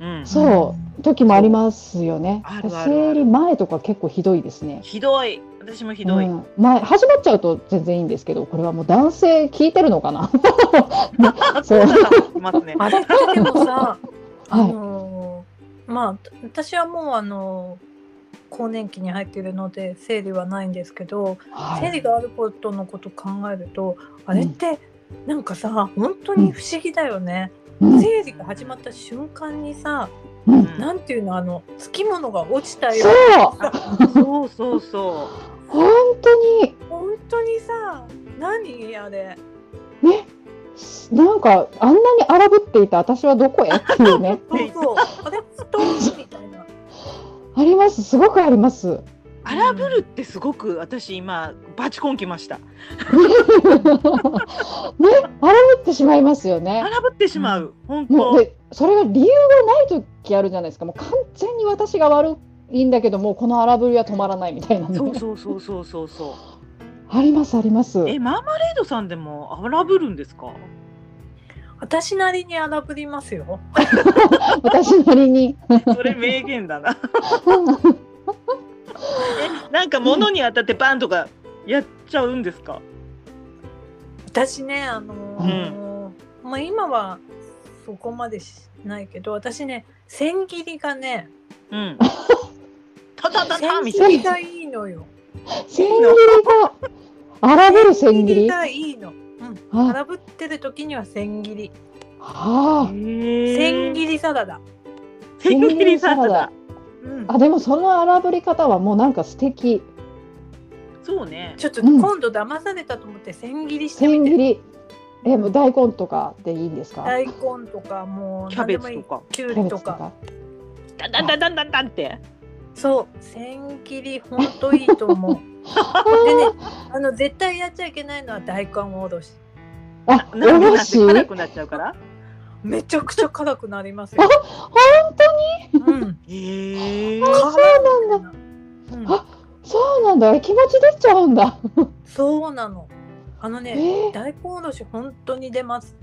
Speaker 1: うん。
Speaker 3: そう時もありますよね
Speaker 1: あるあるある
Speaker 3: 生理前とか結構ひどいですね
Speaker 1: ひどい。私もひどい。
Speaker 3: うん前始まっちゃうと全然いいんですけどこれはもう男性聞いてるの かな
Speaker 1: あ、
Speaker 3: そ
Speaker 1: そうだ
Speaker 3: う
Speaker 1: な。ますね。
Speaker 2: あれってでもさあ
Speaker 3: はい
Speaker 2: のーまあ私はもうあのー更年期に入っているので生理はないんですけど、
Speaker 3: は
Speaker 2: 生
Speaker 3: い
Speaker 2: 理があることのこと考えるとあれってなんかさ本当に不思議だよね、
Speaker 3: うん
Speaker 2: 生理が始まった瞬間にさ
Speaker 3: うん
Speaker 1: うん
Speaker 2: なんていうのあのつきものが落ちたよ
Speaker 3: そう
Speaker 1: そうそうそ
Speaker 3: 本当に
Speaker 2: 本当にさ何あれ
Speaker 3: ねなんかあんなに荒ぶっていた私はどこへってい うね
Speaker 2: そうそうあれ布団みたいな
Speaker 3: ありますすごくあります
Speaker 1: う。荒ぶるってすごく私今、バチコンきました。
Speaker 3: ね荒ぶってしまいますよね
Speaker 1: 荒ぶってしまう。本
Speaker 3: も
Speaker 1: 当
Speaker 3: う。でそれが理由がない時あるじゃないですかもう完全に私が悪いんだけどもうこの荒ぶりは止まらないみたいなね
Speaker 1: そうそうそうそうそうそう。
Speaker 3: ありますあります
Speaker 1: え、マーマレードさんでも荒ぶるんですか
Speaker 2: 私なりに荒ぶりますよ
Speaker 3: 私なりに
Speaker 1: それ名 言だな。えなんか物に当たってバンとかやっちゃうんですか
Speaker 2: 私ねあのーまあ今はそこまでしないけど私ね千切りがね
Speaker 1: うん。たたたた
Speaker 2: 千
Speaker 1: み
Speaker 2: 切
Speaker 1: たい
Speaker 2: りがいいのよ
Speaker 3: 千切りが荒ぶる千切り。あ
Speaker 2: がいいのうん
Speaker 3: あ
Speaker 2: 空振ってる時には千切り
Speaker 1: な。
Speaker 3: あ
Speaker 2: 千
Speaker 1: 千
Speaker 2: 切りサラダ
Speaker 1: 千切りサラダ。。
Speaker 2: うん
Speaker 3: あでもその荒ぶり方はもうなんか素敵。
Speaker 1: そうね。
Speaker 2: ちょっと
Speaker 3: うん
Speaker 2: 今度騙されたと思って千切りしてみ
Speaker 3: 千切
Speaker 2: て
Speaker 3: り。えもう大根とかでいいんですか。
Speaker 2: 大根とかもう
Speaker 1: キャ
Speaker 2: 何
Speaker 1: ベ
Speaker 2: でもい
Speaker 1: ツと
Speaker 2: い
Speaker 1: か。
Speaker 2: きゅ
Speaker 3: キ
Speaker 2: う
Speaker 3: ャ
Speaker 2: り
Speaker 3: ベツ
Speaker 2: と
Speaker 3: と
Speaker 2: か
Speaker 3: か。
Speaker 1: だだだだだだって。
Speaker 2: そう千切りほんといいと思うでねあの絶対やっちゃいけないのは大根おろし
Speaker 3: あ、お
Speaker 1: なん
Speaker 3: ろ
Speaker 1: か
Speaker 3: し。
Speaker 1: 辛くなっちゃうから。
Speaker 2: めちゃくちゃ辛くなりますよ。本当に？うん。
Speaker 1: へえ。
Speaker 2: そうなんだ。うん、
Speaker 3: あ、そうなんだ。え気持ち出ちゃうんだ。
Speaker 2: そうなの。あの
Speaker 3: え
Speaker 2: ね、
Speaker 3: ー、
Speaker 2: 大根おろし本当に出ます。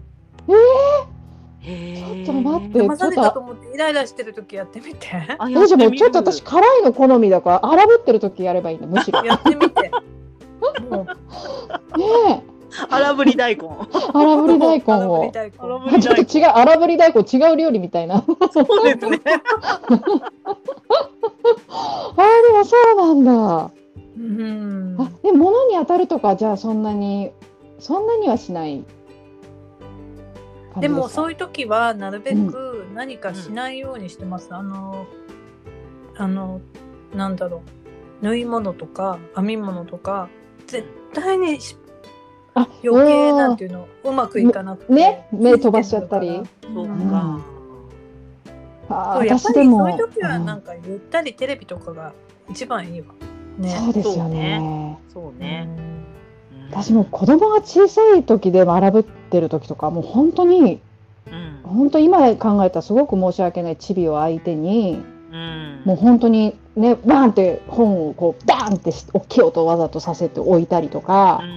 Speaker 1: ち
Speaker 3: ちょっと待って
Speaker 2: 騙されたと思ってイライラしてる時やってみて。
Speaker 1: あ、
Speaker 3: えじゃあもうちょっと私辛いの好みだから荒ぶってる時やればいいのむしろ。ね
Speaker 2: やってみて。もう
Speaker 3: え、
Speaker 1: 荒ぶり大根。
Speaker 3: 荒ぶり大根
Speaker 2: 空振り
Speaker 3: を。
Speaker 2: 大根
Speaker 1: 空振
Speaker 3: あちょっと違う荒ぶり大根違う料理みたいな。
Speaker 1: そうですね。
Speaker 3: あーでもそうなんだ。
Speaker 2: うん。
Speaker 3: あでも物に当たるとかじゃあそんなにそんなにはしない感じですか。
Speaker 2: でもそういう時はなるべく何かしないようにしてます。あのあのなんだろう縫い物とか編み物とか絶対にし
Speaker 3: あ
Speaker 2: 余計
Speaker 3: うん
Speaker 2: なんていうのうまくいかなくて
Speaker 3: ね目飛ばしちゃったり
Speaker 1: そう
Speaker 2: うん
Speaker 1: か。
Speaker 3: あー
Speaker 2: そうやっぱり
Speaker 3: 私で
Speaker 2: そうい
Speaker 3: も
Speaker 2: う時はなんかゆったりテレビとかが一番いいわ
Speaker 3: うん
Speaker 2: ね
Speaker 3: そうですよ
Speaker 1: そ
Speaker 3: ね。
Speaker 1: そうね。うん
Speaker 3: 私も。子供が小さい時で荒ぶってる時とかもう本当に
Speaker 1: うん。
Speaker 3: 本当今考えたらすごく申し訳ないチビを相手に
Speaker 1: うん。
Speaker 3: もう本当にねバーンって本をこうダーンってし大きい音をわざとさせて置いたりとか
Speaker 1: うん。う、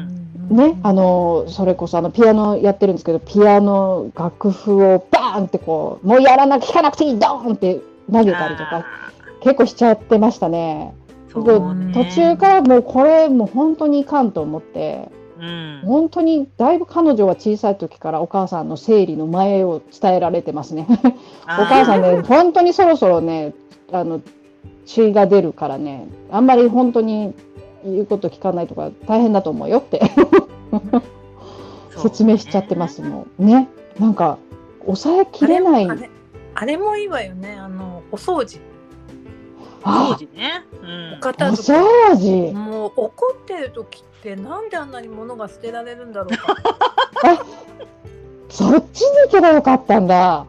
Speaker 1: ん。
Speaker 3: ねあのそれこそあのピアノやってるんですけどピアノ楽譜をバーンってこうもうやらなきゃ弾かなくていいドーンって投
Speaker 1: う
Speaker 3: げ
Speaker 1: ん。
Speaker 3: たりとか
Speaker 1: あ
Speaker 3: 結構しちゃってましたね
Speaker 1: ー。
Speaker 3: 僕
Speaker 1: そうね。
Speaker 3: 途中からもうこれもう本当にいかんと思って
Speaker 1: うん。
Speaker 3: 本当にだいぶ彼女は小さい時からお母さんの生理の前を伝えられてますね
Speaker 1: お
Speaker 3: お母さんね本当にそろそろねあの血が出るからねあんまり本当に言うこと聞かないとか大変だと思うよって説明しちゃってま。すもんね。なんか抑えきれない。
Speaker 2: あれあれもいいわよねあのお掃除
Speaker 1: 当
Speaker 3: あ、
Speaker 1: 時ね。う
Speaker 2: お
Speaker 1: ん。
Speaker 3: お
Speaker 2: 片付け
Speaker 3: 掃除。
Speaker 2: もう怒ってる時ってなんであんなに物が捨てられるんだろう か
Speaker 3: そっちに行けばよかったんだ。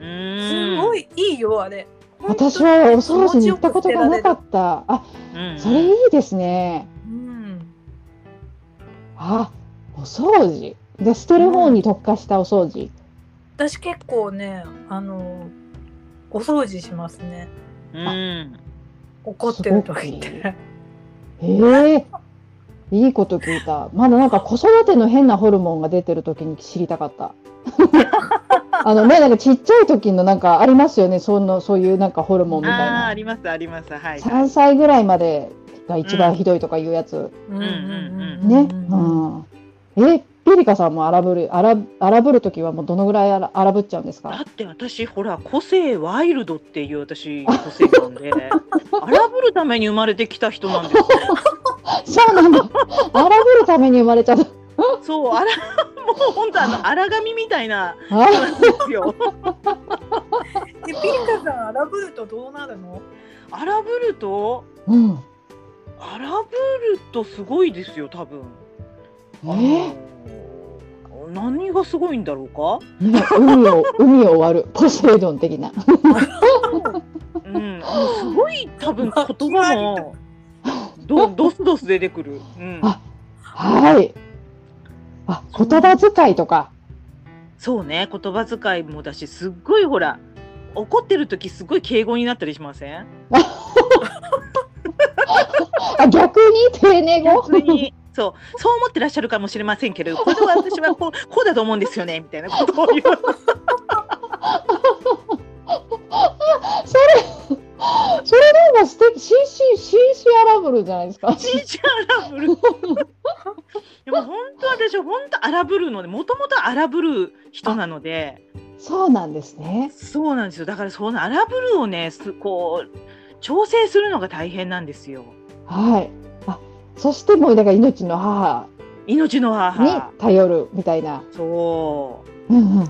Speaker 2: す
Speaker 1: す
Speaker 2: ご
Speaker 1: い。
Speaker 2: いいいよあれ
Speaker 3: 私はお掃除に行ったことがなか
Speaker 2: った、
Speaker 3: った。あ、
Speaker 1: うん
Speaker 3: それいいですね。
Speaker 2: うん、
Speaker 3: あ、お掃除。で、捨てる方に特化したお掃除。
Speaker 2: 私結構ねあのお掃除しますね
Speaker 1: うん。
Speaker 2: 怒ってる時って
Speaker 3: ええいいこと聞いた。まだなんか子育ての変なホルモンが出てる時に知りたかった。 あのね、なんかちっちゃい時のなんかありますよね。そのそういうなんかホルモンみたい
Speaker 1: ああー、
Speaker 3: な
Speaker 1: あ。ります、あります。はい。は
Speaker 3: 3歳ぐらいまでが一番ひどいとかいうやつ、
Speaker 2: うんうんうん
Speaker 3: ね、
Speaker 2: うん
Speaker 3: う
Speaker 2: うん
Speaker 3: んえピリカさんも荒ぶる荒荒ぶる時はもうどのぐらい荒荒ぶっちゃうんです
Speaker 1: だ
Speaker 3: か
Speaker 1: って私ほら個性ワイルドっていう私個性なん で荒ぶるために生まれてきた人なんですよ
Speaker 3: そうなんだ荒ぶるために生まれちゃった
Speaker 1: そうあらもう本当あの荒髪みたいな人
Speaker 3: あ
Speaker 1: なんですよ
Speaker 2: でピンカさん荒ぶるとどうなるの
Speaker 1: 荒ぶると
Speaker 3: うん
Speaker 1: 荒ぶるとすごいですよ多分
Speaker 3: え
Speaker 1: あの何がすごいんだろうか
Speaker 3: ね海を海を割るポセイドン的な
Speaker 1: うんもうすごい多分言葉 もどドスドス出てくる、うん、
Speaker 3: あはいあ言葉遣いとか
Speaker 1: そうね言葉遣いもだしすっごいほら怒ってる時すごい敬語になったりしません
Speaker 3: あ逆に丁寧語
Speaker 1: 逆にそうそう思ってらっしゃるかもしれませんけどこれは私はこうこう だと思うんですよねみたいなことを言う
Speaker 3: それそれなんか素敵紳士紳士荒ぶブルじゃないですか。
Speaker 1: ちいちゃん荒ぶる。 でも本当私本当荒ぶるので、もともと荒ぶる人なので、
Speaker 3: そうなんですね。
Speaker 1: そうなんですよ。だからその荒ぶるをね、すこう調整するのが大変なんですよ。
Speaker 3: はい。あ、そしてもうだから命の母
Speaker 1: 命の
Speaker 3: に
Speaker 1: 母。
Speaker 3: 頼るみたいな。
Speaker 1: そう。
Speaker 3: うんうん。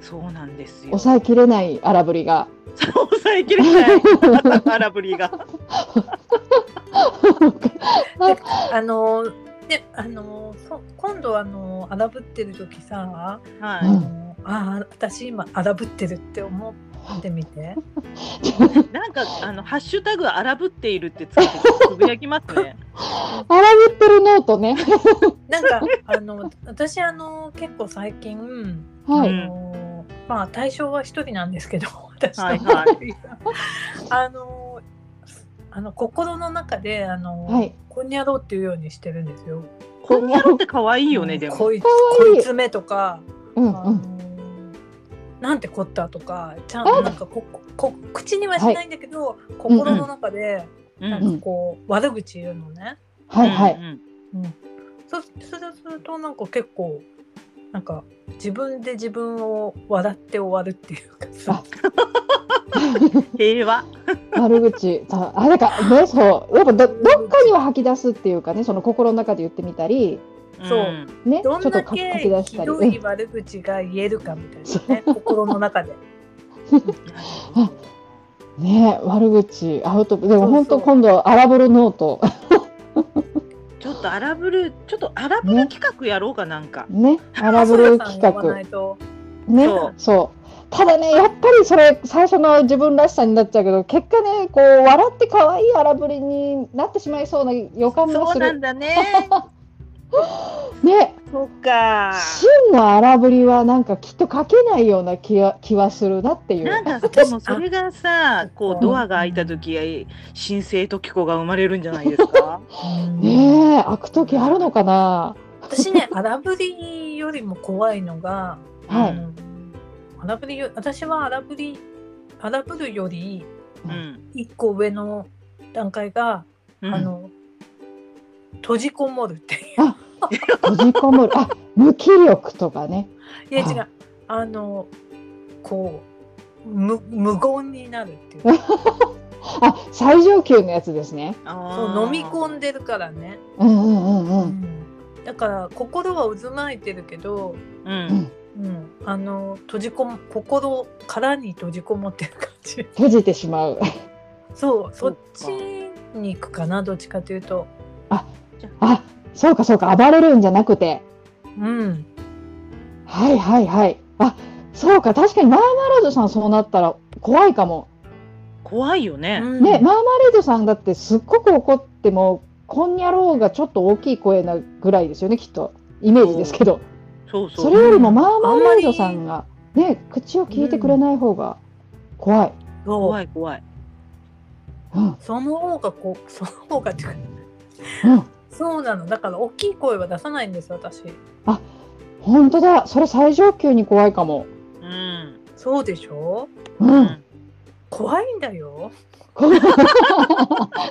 Speaker 1: そうなんですよ。
Speaker 3: 抑えきれない荒ぶりが。
Speaker 1: 抑えきれない荒ぶりが。
Speaker 2: あのであのそ今度あの荒ぶってる時さ、
Speaker 1: は
Speaker 3: う
Speaker 1: い
Speaker 3: ん。
Speaker 2: ああ私今荒ぶってるって思ってみて
Speaker 1: なんかあのハッシュタグ荒ぶっているってつけてつぶやきますね。
Speaker 3: 荒ぶってるノートね。
Speaker 2: なんか あの私あの結構最近、
Speaker 3: は
Speaker 2: あ
Speaker 1: うん
Speaker 3: い。
Speaker 2: のまあ対象は一人なんですけど 私と、
Speaker 1: はいは
Speaker 2: あのあの心の中であの、
Speaker 3: はい。
Speaker 2: こんにゃろうっていうようにしてるんですよ。
Speaker 1: こんにゃろって可愛いよねでも。
Speaker 2: こいつ
Speaker 3: かわいい
Speaker 2: こいつめとか、
Speaker 3: う
Speaker 2: あ
Speaker 3: んう
Speaker 2: の
Speaker 3: ん。
Speaker 2: なんてこったとかちゃん
Speaker 3: あ
Speaker 2: なんかここ口にはしないんだけど、心の中で
Speaker 1: うん
Speaker 2: なんかこう、悪口言うのね。
Speaker 3: はいは
Speaker 1: う
Speaker 3: い。
Speaker 1: んうん
Speaker 2: そうそうするとなんか結構なんか自分で自分を笑って終わるっていうかさ
Speaker 1: 平和。
Speaker 3: 悪口。さあ、だからね、そう。やっぱどどっかには吐き出すっていうかね、その心の中で言ってみたり、
Speaker 2: そうん
Speaker 3: ね、ちょ
Speaker 2: ど
Speaker 3: っ
Speaker 2: ん
Speaker 3: と
Speaker 2: だ
Speaker 3: 書き
Speaker 2: け
Speaker 3: 書き出し
Speaker 2: ひ
Speaker 3: たり。
Speaker 2: ど
Speaker 3: うん
Speaker 2: い悪口が言えるかみたいなね心の中で。
Speaker 3: あね悪口アウト
Speaker 2: そ
Speaker 3: で
Speaker 2: うそ
Speaker 3: も
Speaker 2: う
Speaker 3: 本当今度荒ぶるノート
Speaker 1: ちょっと荒ぶるちょっと荒ぶる企画やろうかなんか。
Speaker 3: ね荒ぶる
Speaker 2: 細
Speaker 3: 企
Speaker 2: 田さん呼ばな
Speaker 3: 画
Speaker 2: いと
Speaker 3: ね
Speaker 1: そう
Speaker 3: そうただねやっぱりそれ最初の自分らしさになっちゃうけど結果ねこう笑って可愛い荒ぶりになってしまいそうな予感も
Speaker 1: そう
Speaker 3: す
Speaker 1: なん
Speaker 3: る
Speaker 1: だ ね。
Speaker 3: ね
Speaker 1: そうか。
Speaker 3: 真の荒ぶりはなんかきっと書けないような気は気はするなっていう
Speaker 1: なんかでもそれがさこ
Speaker 2: うん
Speaker 1: うドアが開いた時新生時子が生まれるんじゃないですか。
Speaker 3: ねえ開く時あるのかな
Speaker 2: 私ね荒ぶりよりも怖いのが、
Speaker 3: はい
Speaker 2: あの荒ぶりよ私は荒ぶり荒ぶるより
Speaker 1: うん。
Speaker 2: 一個上の段階が、
Speaker 1: うん
Speaker 2: あの閉じこもるっていう。
Speaker 3: 閉じこもるあ無気力とかね
Speaker 2: いや
Speaker 3: あ
Speaker 2: 違うあのこう無無言になるっていうか
Speaker 3: あ最上級のやつですね
Speaker 1: あ
Speaker 2: そう
Speaker 1: ー
Speaker 2: 飲み込んでるからね、
Speaker 3: うんうんうんうん
Speaker 2: だから心は渦巻いてるけど、
Speaker 1: うん。
Speaker 2: うん、あの閉じこも心からに閉じこもってる感じ
Speaker 3: 閉じてしまう
Speaker 2: そう
Speaker 1: そ
Speaker 2: そうっ
Speaker 1: か
Speaker 2: ちに行くかなどっちかというと
Speaker 3: あそうかそうか暴れるんじゃなくて
Speaker 2: うん
Speaker 3: はいはいはいあそうか確かにマーマレードさんそうなったら怖いかも
Speaker 1: 怖いよね。
Speaker 2: うん
Speaker 3: ね、マーマレードさんだってすっごく怒ってもこんにゃろうがちょっと大きい声なぐらいですよねきっとイメージですけど
Speaker 1: そう
Speaker 3: そ
Speaker 1: そう。
Speaker 3: れよりもマーマレードさんがね口を聞いてくれない方が怖い、
Speaker 2: そ
Speaker 1: 怖
Speaker 2: う
Speaker 1: い怖い。
Speaker 3: うんうん、
Speaker 2: その方がこう その方がっていうかそうなのだから大きい声は出さないんです私
Speaker 3: 本当だそれ最上級に怖いかも
Speaker 1: うん。
Speaker 2: そうでしょ
Speaker 3: う
Speaker 1: うんん
Speaker 2: 怖いんだよ
Speaker 3: 怖い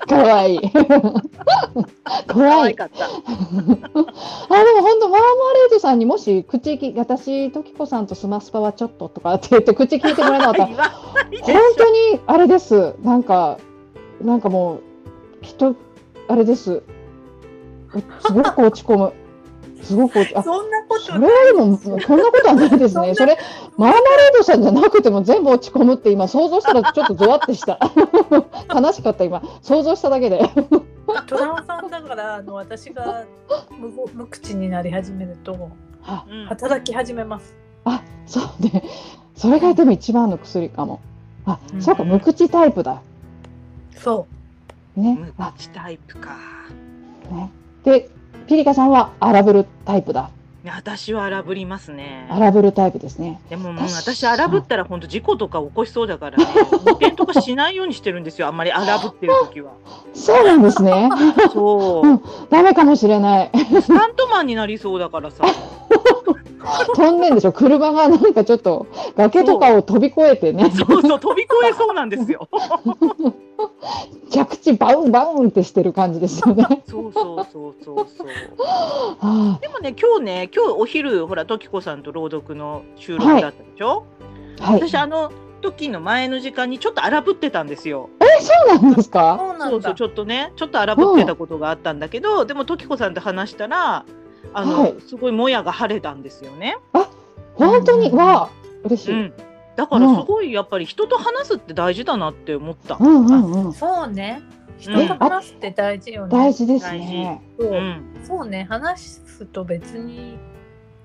Speaker 3: 怖い
Speaker 1: 可
Speaker 3: 怖い
Speaker 1: 愛かった。
Speaker 3: あでも本当マーマレードさんにもし口き私時子さんとスマスパはちょっととかって言って口聞いてもらえなかっ たら
Speaker 1: 言わないでし
Speaker 3: 本当にあれですなんかなんかもうきっとあれですうすごく落ち込むすごく落ちあ
Speaker 2: そんなこ
Speaker 3: そ
Speaker 2: と
Speaker 3: れ
Speaker 2: ない
Speaker 3: はでもこんなことはないですね
Speaker 2: そ
Speaker 3: そ
Speaker 2: んな
Speaker 3: れマーマレードさんじゃなくても全部落ち込むって今想像したらちょっとゾワってした 悲しかった今想像しただけで
Speaker 2: トラオさんだからあの私が無ご無口になり始めると
Speaker 3: あ
Speaker 1: うん
Speaker 2: 働き始めます。
Speaker 3: あそうねそれがでも一番の薬かもあ、
Speaker 1: うん
Speaker 3: そうか無口タイプだ
Speaker 2: そ
Speaker 1: 無
Speaker 3: ねあ
Speaker 1: 口タイプか。
Speaker 3: ねでピリカさんは荒ぶるタイプだ
Speaker 1: 私は荒ぶりますね。
Speaker 3: 荒ぶるタイプですね
Speaker 1: でももう
Speaker 3: 私
Speaker 1: 私荒ぶったら本当事故とか起こしそうだからね。運転とかしないようにしてるんですよ。あんまり荒ぶってる時は。
Speaker 3: そうなんです ね
Speaker 1: そう。
Speaker 3: ダメかもしれない
Speaker 1: スタントマンになりそうだからさ。
Speaker 3: 飛んでんでしょ車がなんかちょっと崖とかを飛び越えてね
Speaker 1: そうそう飛び越えそうなんですよ。
Speaker 3: 着地バウンバウンってしてる感じですよね。
Speaker 1: そうそうそうそうそう。
Speaker 3: は
Speaker 1: でもね、今日ね、今日お昼、ほら、時子さんと朗読の収録だったでしょ、
Speaker 3: あはい。
Speaker 1: 私、あの時の前の時間にちょっと荒ぶってたんですよ。
Speaker 3: え、そうなんですか。
Speaker 2: そうな
Speaker 1: そ
Speaker 2: ん
Speaker 1: うそう、
Speaker 2: だ
Speaker 1: ち。ょっとね、ちょっと荒ぶってたことがあったんだけど、でも時子さんと話したら、あの、
Speaker 3: はい
Speaker 1: すごいもやが晴れたんですよね。
Speaker 3: 本当に、
Speaker 2: うん
Speaker 3: わあ、嬉し
Speaker 1: う
Speaker 3: い。
Speaker 1: ん。だからすごいやっぱり人と話すって大事だなって思った。
Speaker 3: うんうんうん。
Speaker 2: そうね。人
Speaker 1: うん
Speaker 2: と話すって大事よね。
Speaker 3: 大事です
Speaker 1: 大。
Speaker 3: ね。
Speaker 2: そううんそうね。話すと別に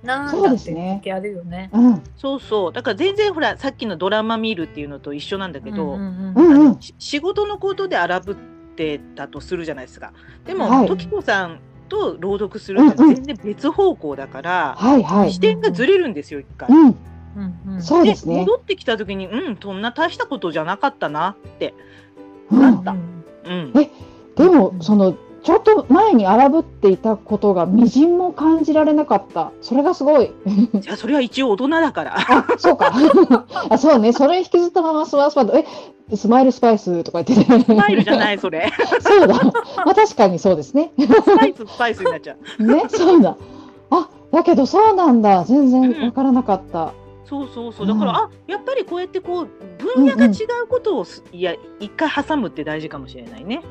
Speaker 2: なん
Speaker 3: そう
Speaker 2: だ
Speaker 3: で
Speaker 2: っ
Speaker 3: す
Speaker 2: て
Speaker 3: ね
Speaker 2: 時あるよね。
Speaker 3: うん。
Speaker 1: そうそう。だから全然ほら、さっきのドラマ見るっていうのと一緒なんだけど、
Speaker 2: うん
Speaker 3: う
Speaker 2: うん
Speaker 3: んうん。
Speaker 1: し仕事のことで荒ぶってたとするじゃないですか。でも、
Speaker 3: はい
Speaker 1: 時子さんと朗読するのは全然別方向だから、
Speaker 3: はいはい
Speaker 1: 視。点がずれるんですよ、一回。
Speaker 3: うん。
Speaker 2: うんうん
Speaker 3: そうですね。
Speaker 1: 戻ってきた時に、うん、そんな大したことじゃなかったなって。
Speaker 3: う
Speaker 1: なんん。だ
Speaker 2: うん
Speaker 1: うん
Speaker 3: え、でも、その、ちょっと前に荒ぶっていたことがみじんも感じられなかった。それがすごい。
Speaker 1: じゃあそれは一応大人だから。
Speaker 3: あ、そうか。 あ、そうね。それ引きずったままスワスワと、え、スマイルスパイスとか言ってね。ス
Speaker 1: スパイルじゃ
Speaker 3: い。
Speaker 1: ない、それ。
Speaker 3: そうだ。まあ確かにそうですね。
Speaker 1: スパイス、スパイスになっちゃう。
Speaker 3: ね、そうだ。あ、だけどそうなんだ。全
Speaker 1: う
Speaker 3: 然
Speaker 1: ん
Speaker 3: わからなかった。
Speaker 1: そうそうそう。
Speaker 3: う
Speaker 1: だ
Speaker 3: ん
Speaker 1: から、あ、やっぱりこうやってこう、分野が違うことをす、いや、一回挟むって大事かもしれないね。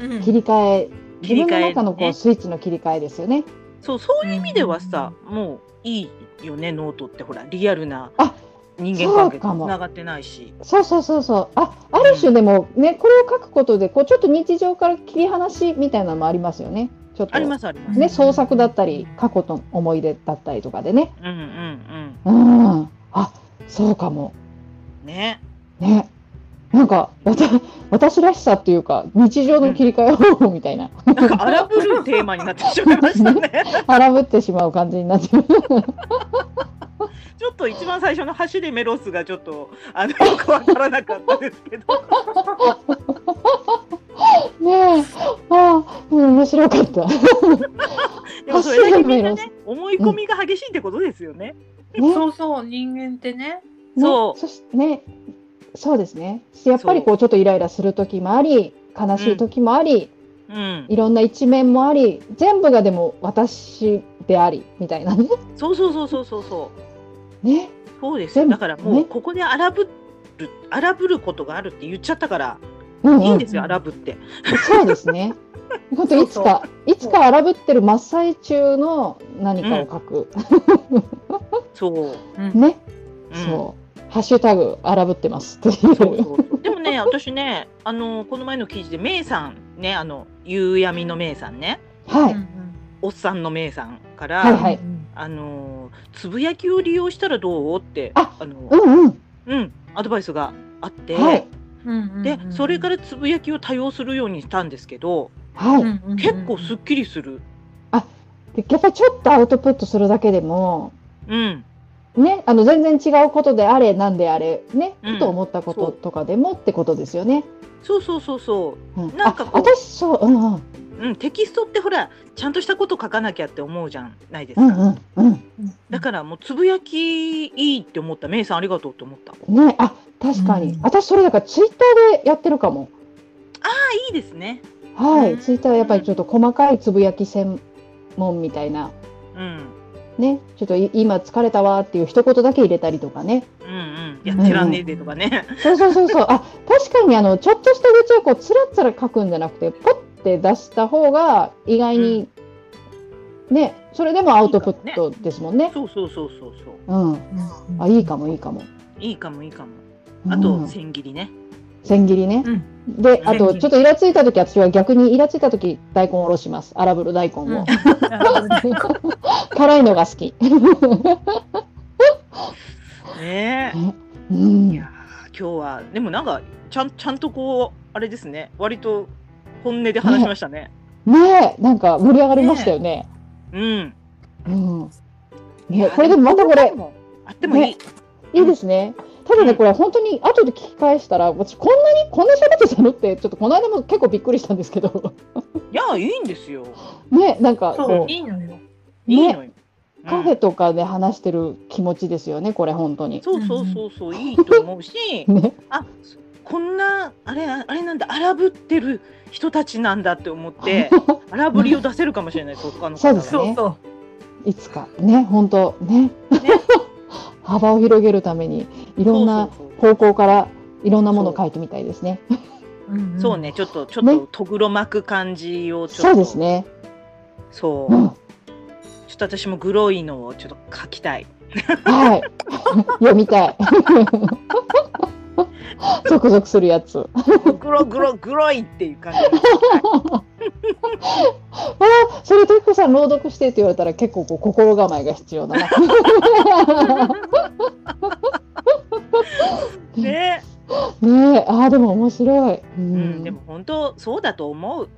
Speaker 2: うん
Speaker 3: 切り替え、
Speaker 1: 切
Speaker 3: 自
Speaker 1: り
Speaker 3: 分
Speaker 1: 替
Speaker 3: の
Speaker 1: え、ね。
Speaker 3: 中のこうスイッチの切り替えですよね。
Speaker 1: そうそういう意味ではさ、もういいよねノートってほらリアルな
Speaker 3: あ
Speaker 1: 人間関係
Speaker 3: そうか
Speaker 1: と
Speaker 3: も
Speaker 1: つながってないし
Speaker 3: そうそうそうそう。あ、ある種でもね、これを書くことで、こうちょっと日常から切り離しみたいなのもありますよね。ちょっと
Speaker 1: ありますあります、
Speaker 3: ね、創作だったり、過去の思い出だったりとかでね。
Speaker 1: うんうん
Speaker 3: うん。あ、そうかも。
Speaker 1: うんね
Speaker 3: ね。なんか、わた、私らしさっていうか、日常の切り替え方法みたいな、
Speaker 1: なんか荒ぶるテーマになってしまいましたね
Speaker 3: 荒ぶってしまう感じになってる。
Speaker 1: ちょっと一番最初の走りメロスがちょっとあのよくわからなかったですけど
Speaker 3: ねえ。ああ、うん面白かった。
Speaker 1: でもそれだけみ
Speaker 3: 走り
Speaker 1: ん
Speaker 3: メ
Speaker 1: な
Speaker 3: ロス
Speaker 1: ね思い込みが激しいってことですよね、
Speaker 3: ね
Speaker 2: そうそう人間ってね。
Speaker 3: ね
Speaker 1: そう
Speaker 3: そしね、そうですね。やっぱりこうちょっとイライラする時もあり、悲しい時もあり、
Speaker 1: うん
Speaker 3: いろんな一面もあり、全部がでも私でありみたいなね。
Speaker 1: そうそうそうそうそうそう
Speaker 3: ね、
Speaker 1: そうです
Speaker 3: 全
Speaker 1: よ
Speaker 3: 部
Speaker 1: だからもう
Speaker 3: ね
Speaker 1: ここで荒ぶる荒ぶることがあるって言っちゃったから
Speaker 3: うんうん
Speaker 1: いいんですよ荒ぶって
Speaker 3: そうです ね。本当いつかいつか荒ぶってる真っ最中の何かを書く、
Speaker 1: そう、
Speaker 2: うん
Speaker 3: ね、
Speaker 1: うん
Speaker 3: そうハッシュタグ荒ぶってますっていう。
Speaker 1: そうそうそうでも ね私ねあのこの前の記事でメイさんねあの夕闇のメイさんね
Speaker 3: は
Speaker 2: う
Speaker 3: い、
Speaker 2: ん
Speaker 1: おっさんのメイさんから、
Speaker 3: はいはい
Speaker 2: うん
Speaker 1: あのつぶやきを利用したらどうって
Speaker 3: あう
Speaker 1: の、
Speaker 3: んうん、
Speaker 1: うん、アドバイスがあって、
Speaker 3: はい
Speaker 2: うんうん
Speaker 1: でそれかららつぶやきを多用するようにしたんですけど
Speaker 3: はい、
Speaker 1: 結構すっきりする。
Speaker 3: でやっぱりちょっとアウトプットするだけでも。
Speaker 1: うん
Speaker 3: ね、あの全然違うことであれなんであれね、
Speaker 1: うん
Speaker 3: ふと思ったこ
Speaker 1: そ
Speaker 3: と
Speaker 1: う
Speaker 3: とかでもってことですよね。
Speaker 1: そうそうそうそう
Speaker 3: うん、
Speaker 1: なんか
Speaker 3: あ
Speaker 1: こう
Speaker 3: 私そううんうん
Speaker 1: うん、テキストってほらちゃんとしたこと書かなきゃって思うじゃないです
Speaker 3: う
Speaker 1: か、
Speaker 3: んうん
Speaker 1: だからもうつぶやきいいって思ったメイさんありがとうって思った
Speaker 3: うんねあ確かに、
Speaker 2: うん
Speaker 3: 私それだからツイッターでやってるかも。
Speaker 1: いいですね
Speaker 3: はい、
Speaker 2: うん
Speaker 3: ツイッターはやっぱりちょっと細かいつぶやき専門みたいな
Speaker 1: うん
Speaker 3: ねちょっとい今疲れたわっていう一言だけ入れたりとかね
Speaker 1: うんうん、やってらんねえでとかね。
Speaker 3: そうそうそう そうあ確かにあのちょっとした愚痴をこうつらつら書くんじゃなくてポッて出した方が意外に、ねそれでもアウトプットですもんね。
Speaker 1: そうそうそうそうそう。
Speaker 3: うん、 あいいかもいいかも。
Speaker 1: いいかもいいかも。
Speaker 3: うん
Speaker 1: あと、千切りね。
Speaker 3: 千切りね。
Speaker 2: うん
Speaker 3: で、あ
Speaker 2: 千切
Speaker 3: と、
Speaker 2: り
Speaker 3: ちょっとイラついたとき、私は逆にイラついたとき、大根おろします。荒ぶる大根を。
Speaker 2: うん
Speaker 3: 辛いのが好き。
Speaker 1: ね
Speaker 3: う
Speaker 1: え。
Speaker 3: ん
Speaker 1: いやー、今日は、でもなんか、ちゃん、ちゃんとこう、あれですね。割と本音で話しましたね。
Speaker 3: ねえ、なんか盛り上がりましたよね。
Speaker 1: うん。
Speaker 3: うん。ね、これでもまたこれ、
Speaker 1: あってもいい。
Speaker 3: ねいいですね。ただ
Speaker 1: う
Speaker 3: ね、
Speaker 1: ん
Speaker 3: これ本当に後で聞き返したら、私こんなに、こんな喋ってたのって、ちょっとこの間も結構びっくりしたんですけど。
Speaker 1: いや、いいんですよ。
Speaker 3: ね、なんか
Speaker 2: そう
Speaker 3: こ
Speaker 2: いいのよ。
Speaker 3: う、
Speaker 1: いい
Speaker 3: ね、
Speaker 1: のよ。うん
Speaker 3: カフェとかで話してる気持ちですよね、これ本当に。。
Speaker 1: そうそうそうそう、いいと思うし
Speaker 3: ね、
Speaker 1: あ、こんなあれあれなんだ荒ぶってる人たちなんだって思って 荒ぶりを出せるかもしれないです他の方が
Speaker 3: そうですね
Speaker 2: そうそ
Speaker 3: いつかね本当ね 幅を広げるためにいろんな
Speaker 1: そうそうそう
Speaker 3: 方向からいろんなものを書いてみたいですね。
Speaker 2: う。うんうん
Speaker 1: そう。ねちょっとちょっととぐろ巻く感じをちょっと
Speaker 3: そうですね。
Speaker 1: そう
Speaker 3: うん、
Speaker 1: ちょっと私もグロいのをちょっと書きたい
Speaker 3: はい。読み たい。ゾクゾクするやつ。わ
Speaker 1: グログログロいっていう感じ
Speaker 3: あ、それとゆきこさん朗読してって言われたら結構こう心構えが必要だな。
Speaker 1: ね、
Speaker 3: ねえ、ああでも面白い。う
Speaker 1: うんん、でも本当そうだと思う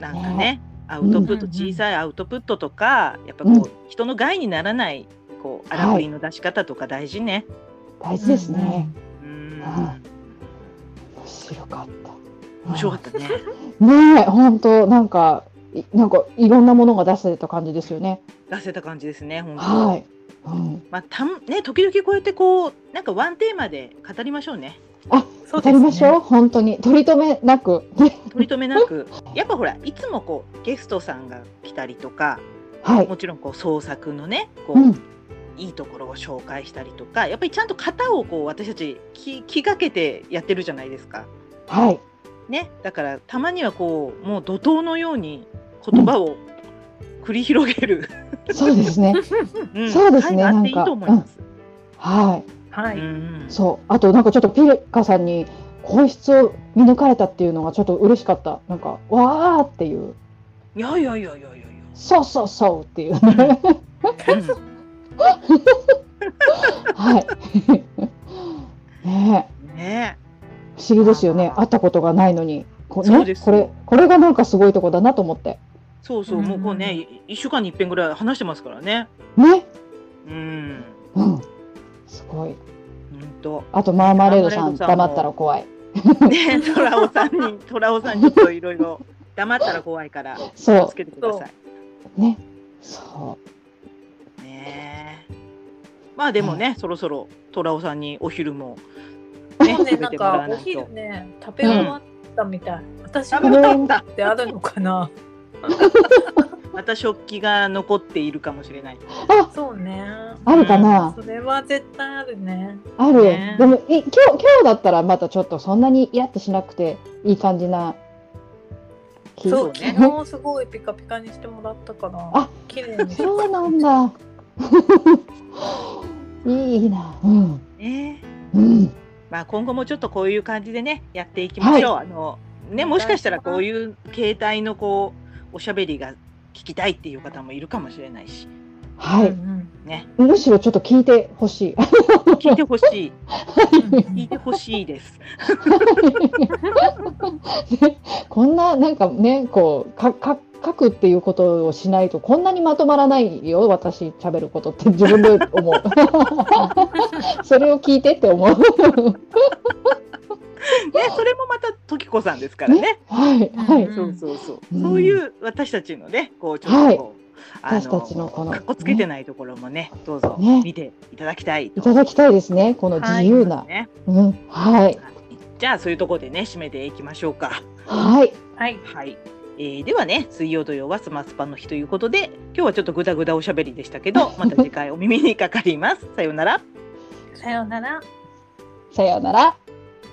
Speaker 1: なんかねアウトプット
Speaker 2: うん
Speaker 1: 小さいアウトプットとかやっぱこう、人の害にならないこう荒ぶりの出し方とか大事ね、
Speaker 3: 大事ですね。
Speaker 1: うん
Speaker 3: は面白かった。
Speaker 1: 面白かったね
Speaker 3: た。ねえ、本当なんかいなんかいろんなものが出せた感じですよね。
Speaker 1: 出せた感じですね本当、
Speaker 3: はい。うん。
Speaker 1: まあたんね時々こうやってこうなんかワンテーマで語りましょうね
Speaker 2: そ
Speaker 3: 当
Speaker 2: うで
Speaker 3: た
Speaker 2: す
Speaker 3: り
Speaker 2: ね
Speaker 3: ましょう。本当に取り留めなく。
Speaker 1: 取り留めなくやっぱほらいつもこうゲストさんが来たりとか
Speaker 3: はい。
Speaker 1: もちろんこう創作のねこう、
Speaker 3: うん。
Speaker 1: いいところを紹介したりとかやっぱりちゃんと型をこう私たち気気がけてやってるじゃないですか。
Speaker 3: はい。
Speaker 1: ね、だからたまにはこうもう怒涛のように言葉を繰り広げる、
Speaker 3: そうです ね。
Speaker 1: うん
Speaker 3: そうですね
Speaker 1: 会があっていい
Speaker 3: なんか
Speaker 1: と思います。
Speaker 3: はい。
Speaker 2: は
Speaker 1: う
Speaker 2: い。
Speaker 1: ん
Speaker 3: そう。あとなんかちょっとピリカさんに皇室を見抜かれたっていうのがちょっと嬉しかった。なんかわーっていう。
Speaker 1: いやいやいやいやいやいや。
Speaker 3: そうそうそうっていうね。
Speaker 1: うん
Speaker 3: はい。 ねえ
Speaker 1: ね、
Speaker 3: 不思議ですよね。会ったことがないのに。こ,、
Speaker 1: そうで
Speaker 3: ね、
Speaker 1: す
Speaker 3: これこれがなんかすごいとこだなと思って。
Speaker 1: そうそう、もうこうね、い一週間に一遍ぐらい話してますからね。
Speaker 3: ね。
Speaker 1: うん、
Speaker 3: うん。すごい。
Speaker 1: 本当。
Speaker 3: あとマーマレードさん
Speaker 1: マーマレードさんも
Speaker 3: 黙ったら怖い。
Speaker 1: ね、トラオさんに、トラオさんにちょっといろいろ黙ったら怖いから、気を
Speaker 3: そ
Speaker 1: つけてください。
Speaker 3: う。ね。そ
Speaker 1: ねえ。まあでもね、そろそろ虎尾さんにお昼も、ね、
Speaker 2: そうね、
Speaker 1: 食べてもら
Speaker 2: なんか
Speaker 1: わ
Speaker 2: お
Speaker 1: ないと
Speaker 2: 昼。ね、食べ終わったみたい。私
Speaker 1: 食
Speaker 3: べ
Speaker 1: べ
Speaker 3: 終
Speaker 2: も
Speaker 3: わ
Speaker 1: 終わっ
Speaker 2: ってあるのかな。
Speaker 1: た。また食器が残っているかもしれない。
Speaker 2: そうね。
Speaker 3: う。あるかな、
Speaker 2: それは絶対あるね。
Speaker 3: ある。
Speaker 1: ね
Speaker 3: でもい今日今日だったらまたちょっとそんなにイラッとしなくていい感じな気。
Speaker 2: そう
Speaker 1: そうね
Speaker 2: 昨日すごいピカピカにしてもらったから。
Speaker 3: あ
Speaker 2: 綺麗に。
Speaker 3: そうなんだ。 いいな。うん。
Speaker 1: ねえ
Speaker 3: うん。
Speaker 1: まあ今後もちょっとこういう感じでね、やっていきましょう。あの、ね、もしかしたらこういう携帯のこう、おしゃべりが聞きたいっていう方もいるかもしれないし、
Speaker 3: は
Speaker 2: う
Speaker 3: い。
Speaker 2: んうん
Speaker 1: ね、
Speaker 3: むしろちょっと聞いてほしい。
Speaker 1: 聞いてほしい、
Speaker 2: うん
Speaker 1: 聞いてほしいです。
Speaker 3: ねこんななんかねこうかか書くっていうことをしないとこんなにまとまらないよ私喋ることって自分で思う それを聞いてって思う
Speaker 1: ね、それもまた時子さんですからね。
Speaker 3: はいはい、
Speaker 2: うん
Speaker 1: そうそうそう、
Speaker 3: うん
Speaker 1: そういう私たちのね、こうちょっとこう、あ
Speaker 3: 私
Speaker 1: の
Speaker 3: たちのこの
Speaker 1: かっこつけてないところもね、どうぞ
Speaker 3: ね
Speaker 1: 見ていただきたい
Speaker 3: い
Speaker 1: と
Speaker 3: ただきたいですねこの自由な、
Speaker 1: ね。
Speaker 3: うんはい
Speaker 1: じゃあそういうところでね締めていきましょうか。
Speaker 3: はい
Speaker 2: はい。
Speaker 1: はい。えー、ではね水曜土曜はスマスパの日ということで今日はちょっとグダグダおしゃべりでしたけ どまた次回お耳にかかります。さようなら。
Speaker 2: さようなら。
Speaker 3: さようなら